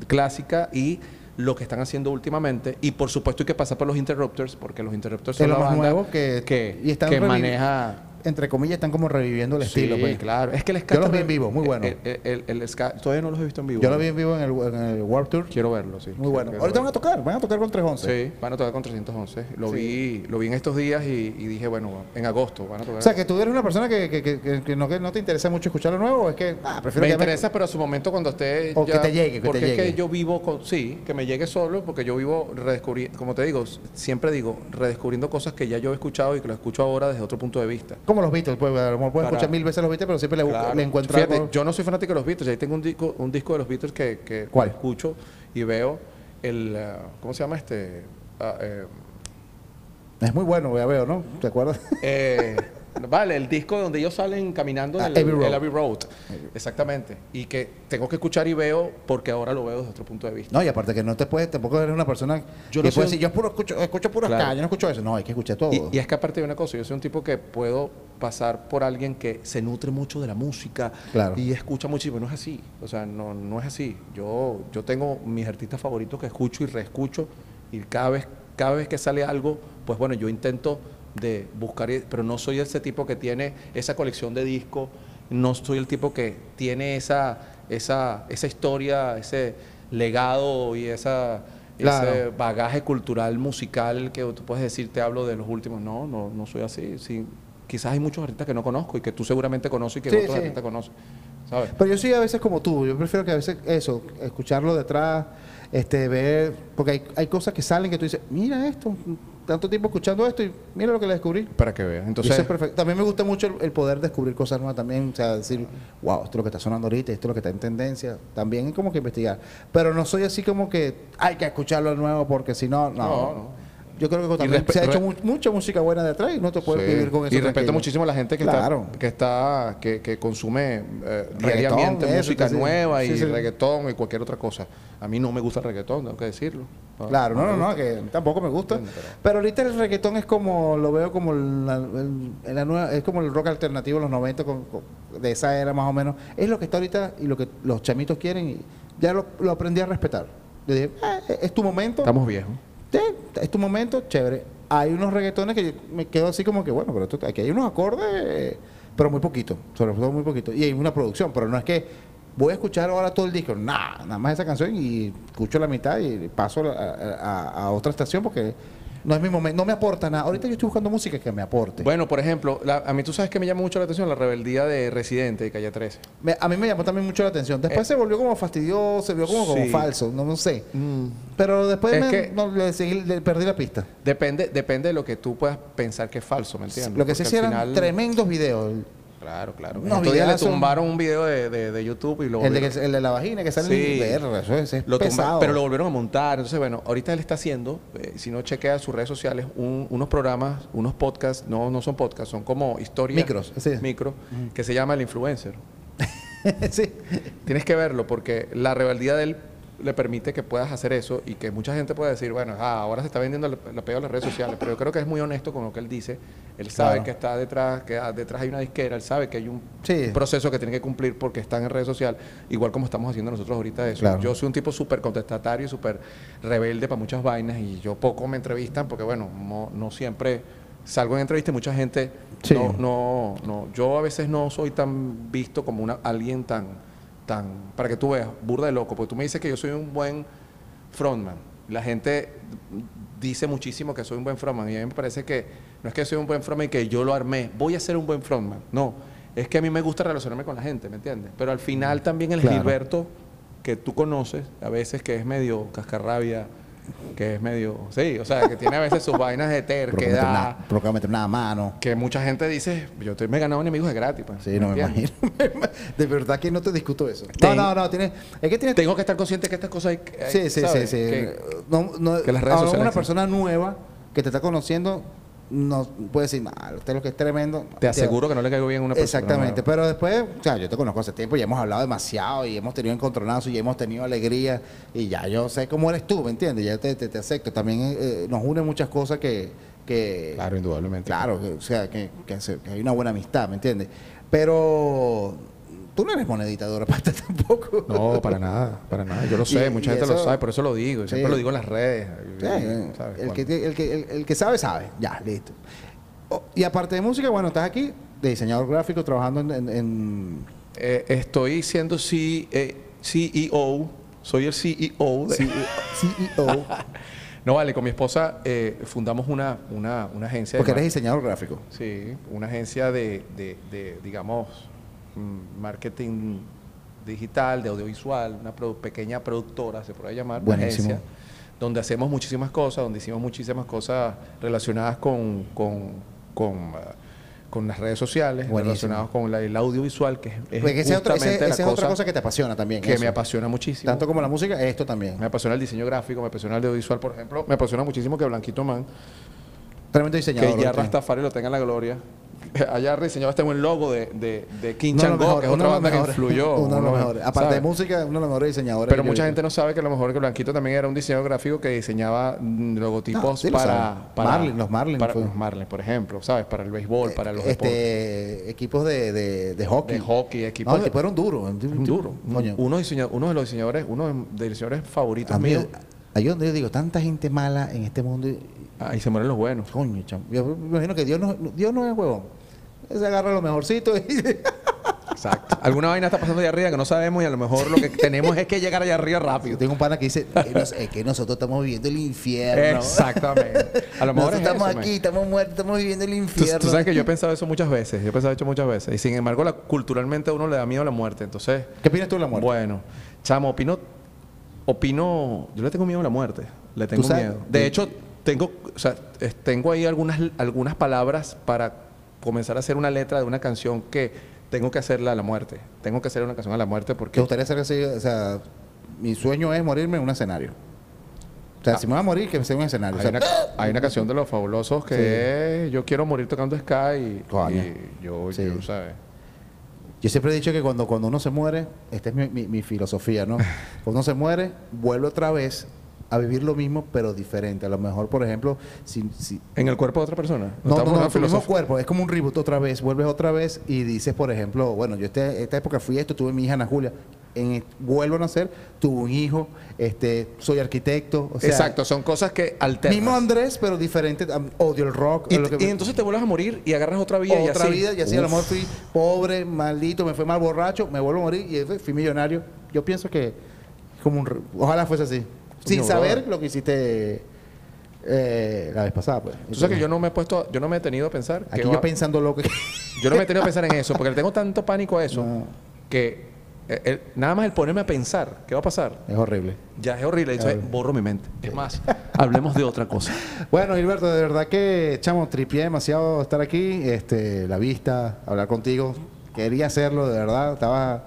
S2: clásica y lo que están haciendo últimamente y por supuesto hay que pasar por los Interrupters porque los Interrupters son
S1: Es
S2: la
S1: lo más
S2: banda
S1: nuevo que-
S2: que,
S1: y están
S2: que
S1: revivi-
S2: maneja
S1: Entre comillas, están como reviviendo el estilo.
S2: Sí,
S1: pues.
S2: claro. Es que el ska
S1: Yo los vi
S2: también-
S1: en vivo, muy bueno.
S2: El, el- el- el ska- todavía no los he visto en vivo.
S1: Yo lo vi en vivo en el, en el Warped Tour.
S2: Quiero verlo, sí.
S1: Muy bueno.
S2: Quiero
S1: Ahorita van
S2: verlo.
S1: a tocar, van a tocar con 311.
S2: Sí, van a tocar con 311. Lo
S1: Sí.
S2: vi lo vi en estos días y, y dije, bueno, en agosto van a tocar.
S1: O sea, que tú eres una persona que, que- que- que- que no, que no te interesa mucho escuchar lo nuevo, o es que ah, prefiero
S2: me
S1: que
S2: interesa, pero a su momento cuando esté
S1: O que te llegue, que te
S2: porque es
S1: llegue.
S2: que yo vivo con sí, que me llegue solo, porque yo vivo redescubriendo, como te digo, siempre digo, redescubriendo cosas que ya yo he escuchado y que lo escucho ahora desde otro punto de vista.
S1: Como los Beatles, pues a lo mejor puedes
S2: Para-
S1: escuchar mil veces los Beatles, pero siempre le, busco-
S2: Claro.
S1: le encuentro
S2: Fíjate,
S1: algo.
S2: yo no soy fanático de los Beatles. Ahí tengo un disco, un disco de los Beatles que, que
S1: ¿Cuál?
S2: escucho y veo el... ah, ¿Cómo se llama este? Ah, eh,
S1: Es muy bueno, ya veo, ¿no? ¿Te acuerdas?
S2: eh, vale, el disco donde ellos salen caminando en
S1: Ah,
S2: el,
S1: Abbey Road.
S2: el Abbey Road. Exactamente. Y que tengo que escuchar y veo porque ahora lo veo desde otro punto de vista.
S1: No, y aparte que no te puedes, tampoco eres una persona
S2: Yo
S1: que puede
S2: no soy-
S1: decir, yo puro escucho, escucho puro
S2: Claro.
S1: ska, yo no escucho eso. No, hay que escuchar todo.
S2: Y, y es que aparte de una cosa, yo soy un tipo que puedo pasar por alguien que se nutre mucho de la música
S1: Claro.
S2: y escucha muchísimo. No es así. O sea, no, no es así. Yo, yo tengo mis artistas favoritos que escucho y reescucho y cada vez, cada vez que sale algo, pues bueno, yo intento de buscar, y- pero no soy ese tipo que tiene esa colección de discos, no soy el tipo que tiene esa, esa, esa historia, ese legado y esa...
S1: Claro.
S2: ese bagaje cultural, musical, que tú puedes decir, te hablo de los últimos. No, no, no soy así. Sí, quizás hay muchos artistas que no conozco y que tú seguramente conoces y que
S1: Sí,
S2: otros
S1: sí.
S2: artistas conocen. ¿Sabes?
S1: Pero yo soy a veces como tú, yo prefiero que a veces eso, escucharlo detrás, este, ver, porque hay, hay cosas que salen que tú dices, mira esto, tanto tiempo escuchando esto y mira lo que le descubrí.
S2: Para que veas.
S1: Entonces,
S2: Entonces,
S1: También me gusta mucho el, el poder descubrir cosas nuevas también, o sea, decir, wow, esto es lo que está sonando ahorita, esto es lo que está en tendencia, también es como que investigar. Pero no soy así como que hay que escucharlo de nuevo porque si no, no.
S2: No, no.
S1: Yo creo que también
S2: respe-
S1: se ha hecho
S2: re-
S1: mu- mucha música buena detrás y no te puedes
S2: Sí.
S1: vivir con eso.
S2: Y respeto
S1: tranquilo.
S2: muchísimo a la gente que
S1: Claro.
S2: está, que está, que, que consume eh,
S1: Reggaetón,
S2: diariamente
S1: eso,
S2: música
S1: sí.
S2: nueva
S1: Sí,
S2: y
S1: sí.
S2: reggaetón y cualquier otra cosa. A mí no me gusta el reggaetón, tengo que decirlo.
S1: Claro, no,
S2: Ah, me
S1: no,
S2: gusta.
S1: no, que tampoco me gusta.
S2: Entiendo, pero-
S1: Pero ahorita el reggaetón es como, lo veo como la, el- la nueva, es como el rock alternativo de los 90, con- con- de esa era más o menos. Es lo que está ahorita y lo que los chamitos quieren y ya lo, lo aprendí a respetar. Yo dije, "Ah, es tu momento,
S2: Estamos viejos.
S1: sí, es tu momento, chévere. Hay unos reggaetones que yo me quedo así como que, bueno, pero esto- aquí hay unos acordes, eh, pero muy poquito, sobre todo muy poquito. Y hay una producción, pero no es que voy a escuchar ahora todo el disco. Nah, nada más esa canción y escucho la mitad y paso a, a- a otra estación porque no es mi momento, no me aporta nada. Ahorita yo estoy buscando música que me aporte.
S2: Bueno, por ejemplo, la- a mí tú sabes que me llama mucho la atención la rebeldía de Residente de Calle 13.
S1: Me- a mí me llamó también mucho la atención. Después
S2: Eh,
S1: se volvió como fastidioso, se vio como, como
S2: sí. Mm.
S1: falso, no, no sé. Pero después
S2: Es
S1: me-
S2: que-
S1: no, le, seguí- le perdí la pista.
S2: Depende, depende de lo que tú puedas pensar que es falso, ¿me entiendes?
S1: Lo que sí
S2: Porque al
S1: hicieron
S2: final-
S1: tremendos videos.
S2: Claro, claro.
S1: Unos
S2: Estos días le
S1: videazos.
S2: tumbaron un video de, de- de YouTube y lo
S1: El de,
S2: volvieron-
S1: que- el de la vagina que sale
S2: Sí.
S1: verga, eso es, es
S2: lo tumba-
S1: pesado.
S2: pero lo volvieron a montar. Entonces, bueno, ahorita él está haciendo, eh, si no chequea sus redes sociales, un- unos programas, unos podcasts, no, no son podcasts, son como historias.
S1: Micros, sí.
S2: Micro, que se llama El Influencer.
S1: sí.
S2: Tienes que verlo porque la rebeldía de él le permite que puedas hacer eso y que mucha gente pueda decir, bueno, ah, ahora se está vendiendo la la pega de las redes sociales, pero yo creo que es muy honesto con lo que él dice. Él sabe
S1: Claro.
S2: que está detrás, que ah, detrás hay una disquera, él sabe que hay un
S1: Sí.
S2: proceso que tiene que cumplir porque están en redes sociales, igual como estamos haciendo nosotros ahorita eso.
S1: Claro.
S2: Yo soy un tipo súper contestatario, y súper rebelde para muchas vainas y yo poco me entrevistan porque, bueno, no, no siempre salgo en entrevista y mucha gente
S1: Sí.
S2: no, no, no, yo a veces no soy tan visto como una, alguien tan, tan, para que tú veas, burda de loco, porque tú me dices que yo soy un buen frontman. La gente dice muchísimo que soy un buen frontman y a mí me parece que no es que soy un buen frontman y que yo lo armé, voy a ser un buen frontman, no, es que a mí me gusta relacionarme con la gente, ¿me entiendes? Pero al final también el
S1: Mm, Claro.
S2: Gilberto que tú conoces, a veces que es medio cascarrabia, que es medio, sí, o sea, que tiene a veces sus vainas de
S1: Pero que meter
S2: terquedad.
S1: una- pero que meter una mano.
S2: Que mucha gente dice, yo te- me he ganado enemigos de gratis. pues,
S1: Sí, no me
S2: ¿entiendes?
S1: imagino. De verdad que no te discuto eso. No,
S2: Ten-
S1: no, no, tienes, es que tienes
S2: Tengo que estar consciente que estas cosas hay que... hay-
S1: Sí, sí, sí,
S2: ¿sabes?
S1: sí.
S2: Que-
S1: No, no,
S2: que las redes
S1: ahora
S2: sociales
S1: una
S2: sí.
S1: persona nueva que te está conociendo no puede decir, mal, usted lo que es tremendo.
S2: te aseguro que no le caigo bien a una persona.
S1: Exactamente,
S2: nueva.
S1: pero después, o sea, yo te conozco hace tiempo y hemos hablado demasiado y hemos tenido encontronazos y hemos tenido alegría y ya yo sé cómo eres tú, ¿me entiendes? Ya te, te- te acepto. También eh, nos une muchas cosas que... que
S2: Claro, indudablemente.
S1: Claro, que- o sea, que, que se- que hay una buena amistad, ¿me entiendes? Pero tú no eres monedita de oro para esto tampoco.
S2: No, para nada, para nada. Yo lo sé,
S1: Y-
S2: mucha
S1: y
S2: gente lo
S1: eso-
S2: sabe, por eso lo digo. y Siempre
S1: Sí.
S2: lo digo en las redes.
S1: Sí,
S2: ¿sabes?
S1: eh, el,
S2: Cuando-
S1: que, el, que, el- el que sabe, sabe. Ya, listo. O- y aparte de música, bueno, estás aquí de diseñador gráfico trabajando en... en- en-
S2: Eh, estoy siendo C- eh, CEO, soy el CEO de...
S1: CEO.
S2: No, vale, con mi esposa eh, fundamos una, una, una agencia... de
S1: porque
S2: mar-
S1: eres diseñador gráfico.
S2: Sí, una agencia de, de- de, digamos, mm, marketing digital, de audiovisual, una produ- pequeña productora, se puede llamar, una
S1: Buenísimo.
S2: agencia, donde hacemos muchísimas cosas, donde hicimos muchísimas cosas relacionadas con, con, con, ah, con las redes sociales,
S1: Buenísimo.
S2: relacionadas con la- el audiovisual, que es, es
S1: Porque esa es, otra- ese-
S2: justamente la
S1: esa es otra
S2: cosa
S1: cosa que te apasiona también.
S2: que
S1: eso.
S2: me apasiona muchísimo.
S1: Tanto como la música, esto también.
S2: me apasiona el diseño gráfico, me apasiona el audiovisual, por ejemplo, me apasiona muchísimo que Blanquito Man
S1: Tremendo diseñador.
S2: que ya
S1: ¿viste?
S2: Rastafari lo tenga en la gloria. Allá reseñaba este buen logo de, de, de King
S1: Uno de los
S2: Chango, que
S1: mejores,
S2: es
S1: uno
S2: otra
S1: de los
S2: banda que
S1: mejores,
S2: influyó.
S1: Uno de los
S2: ¿no?
S1: mejores. Aparte de
S2: ¿Sabes?
S1: música, uno de los mejores diseñadores.
S2: Pero
S1: que yo
S2: mucha
S1: he
S2: gente no sabe que a lo mejor que Blanquito también era un diseñador gráfico que diseñaba mm, logotipos
S1: No, sí lo sabe.
S2: para, para-
S1: Marlin, los Marlin
S2: para
S1: fue.
S2: los Marlin, por ejemplo, ¿sabes? Para el béisbol,
S1: visto.
S2: para los deportes
S1: este, equipos de, de, de hockey.
S2: de hockey,
S1: No,
S2: equipos
S1: el
S2: de-
S1: tipo era un duro. Un
S2: un
S1: tipo-
S2: duro.
S1: Coño.
S2: Uno, diseña- uno de los diseñadores, uno de de diseñadores favoritos
S1: A mí,
S2: míos.
S1: ahí es donde yo digo, tanta gente mala en este mundo. y-
S2: Ahí Ah, se mueren los buenos.
S1: Coño, chamo. Yo me imagino que Dios no, Dios no es huevón. Él Se agarra lo mejorcito y
S2: Exacto. Alguna vaina está pasando allá arriba que no sabemos y a lo mejor lo que tenemos es que llegar allá arriba rápido.
S1: Yo tengo un pana que dice, "Eh, nos- es que nosotros estamos viviendo el infierno.
S2: Exactamente. A lo
S1: nosotros
S2: mejor es
S1: estamos
S2: eso,
S1: aquí,
S2: men.
S1: estamos muertos, estamos viviendo el
S2: Tú,
S1: infierno.
S2: tú sabes que yo he pensado eso muchas veces, yo he pensado eso muchas veces. Y sin embargo, la- culturalmente a uno le da miedo a la muerte. Entonces,
S1: ¿Qué opinas tú de la muerte?
S2: bueno, chamo, opino, opino, yo le tengo miedo a la muerte, le tengo
S1: sabes?
S2: miedo. De hecho, tengo, o sea, es- tengo ahí algunas, algunas palabras para comenzar a hacer una letra de una canción que tengo que hacerla a la muerte. Tengo que hacer una canción a la muerte
S1: ¿Te
S2: porque
S1: gustaría ser así? O sea, mi sueño es morirme en un escenario. O sea, si me voy a morir, que sea en un escenario. O
S2: Hay
S1: sea,
S2: una, hay una canción de los fabulosos que
S1: Sí.
S2: es Yo quiero morir tocando Sky y,
S1: Coño.
S2: y yo,
S1: Sí.
S2: yo, ¿sabes?
S1: Yo siempre he dicho que cuando, cuando uno se muere, esta es mi, mi- mi filosofía, ¿no? Cuando uno se muere, vuelve otra vez a vivir lo mismo, pero diferente. A lo mejor, por ejemplo, si, si,
S2: En el cuerpo de otra persona.
S1: No, no,
S2: Estamos
S1: no,
S2: hablando
S1: tu mismo
S2: filosófico.
S1: cuerpo, es como un reboot otra vez, vuelves otra vez y dices, por ejemplo, bueno, yo este- esta época fui esto, tuve mi hija Ana Julia, en, vuelvo a nacer, tuvo un hijo, este, soy arquitecto. o sea,
S2: Exacto, son cosas que alternan.
S1: Mismo Andrés, pero diferente. am- Odio el rock.
S2: y,
S1: lo que
S2: y
S1: me-
S2: entonces te vuelves a morir y agarras otra vida y
S1: otra
S2: así.
S1: vida y así a lo mejor fui pobre, maldito, me fue mal borracho, me vuelvo a morir y fui- fui millonario. Yo pienso que es como un re- ojalá fuese así. Sin
S2: No,
S1: saber
S2: brother.
S1: lo que hiciste eh, la vez pasada, pues.
S2: Tú sabes que yo no me he puesto, yo no me he tenido a pensar. que
S1: Aquí yo
S2: va-
S1: pensando lo que
S2: Yo no me he tenido a pensar en eso, porque le tengo tanto pánico a eso
S1: No.
S2: que eh, el- nada más el ponerme a pensar qué va a pasar
S1: es horrible.
S2: ya es horrible. Entonces
S1: Claro.
S2: borro mi mente. Es más, hablemos de otra cosa.
S1: Bueno, Gilberto, de verdad que chamo tripié demasiado estar aquí, este, la vista, hablar contigo. Quería hacerlo, de verdad, estaba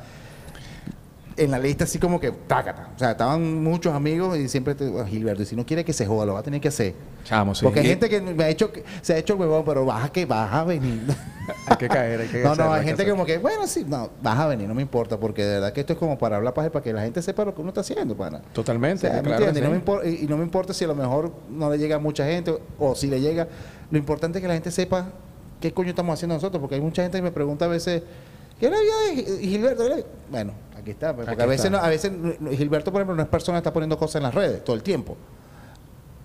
S1: en la lista así como que tácata. O sea, estaban muchos amigos y siempre te, "Bueno, Gilberto, y si no quiere que se joda, lo va a tener que hacer.
S2: Chamo, sí.
S1: Porque hay
S2: Y-
S1: gente que me ha hecho, se ha hecho el huevón, pero vas a que vas a venir.
S2: Hay que caer, hay que
S1: no,
S2: hacerlo,
S1: no, hay gente
S2: hacerlo.
S1: como que, bueno, sí, no, vas a venir, no me importa, porque de verdad que esto es como para hablar paja, para que la gente sepa lo que uno está haciendo, pana. O
S2: Totalmente,
S1: sea, ¿me
S2: claro que
S1: entiendes? No
S2: sí.
S1: me impor- y, y no me importa si a lo mejor no le llega a mucha gente o, o si le llega. Lo importante es que la gente sepa qué coño estamos haciendo nosotros, porque hay mucha gente que me pregunta a veces, ¿qué es la vida de Gil- Gilberto? ¿Qué es la-?" Bueno, aquí está, pues, porque
S2: Aquí
S1: a veces,
S2: está.
S1: no- a veces no- Gilberto, por ejemplo, no es persona que está poniendo cosas en las redes todo el tiempo.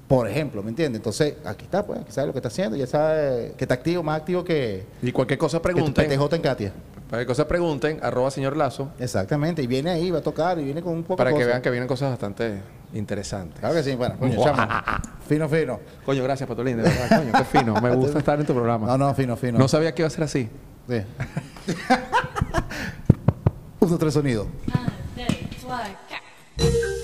S1: Por ejemplo, ¿me entiendes? Entonces, aquí está, pues, aquí sabe lo que está haciendo, ya sabe que está activo, más activo que,
S2: Y cualquier cosa
S1: que tu
S2: pregunten.
S1: PTJ en Katia.
S2: Cualquier cosa pregunten, arroba señor Lazo,
S1: Exactamente, y viene ahí, va a tocar, y viene con un poco
S2: para
S1: de
S2: que
S1: cosas.
S2: vean que vienen cosas bastante interesantes.
S1: Claro que sí, bueno, coño, chamo, fino, fino.
S2: Coño, gracias, Patolín, de verdad, coño, qué fino. Me gusta estar en tu programa.
S1: No, no, fino, fino.
S2: No sabía que iba a ser así.
S1: Sí. Uno, tres sonidos.
S3: One, two, one, cat.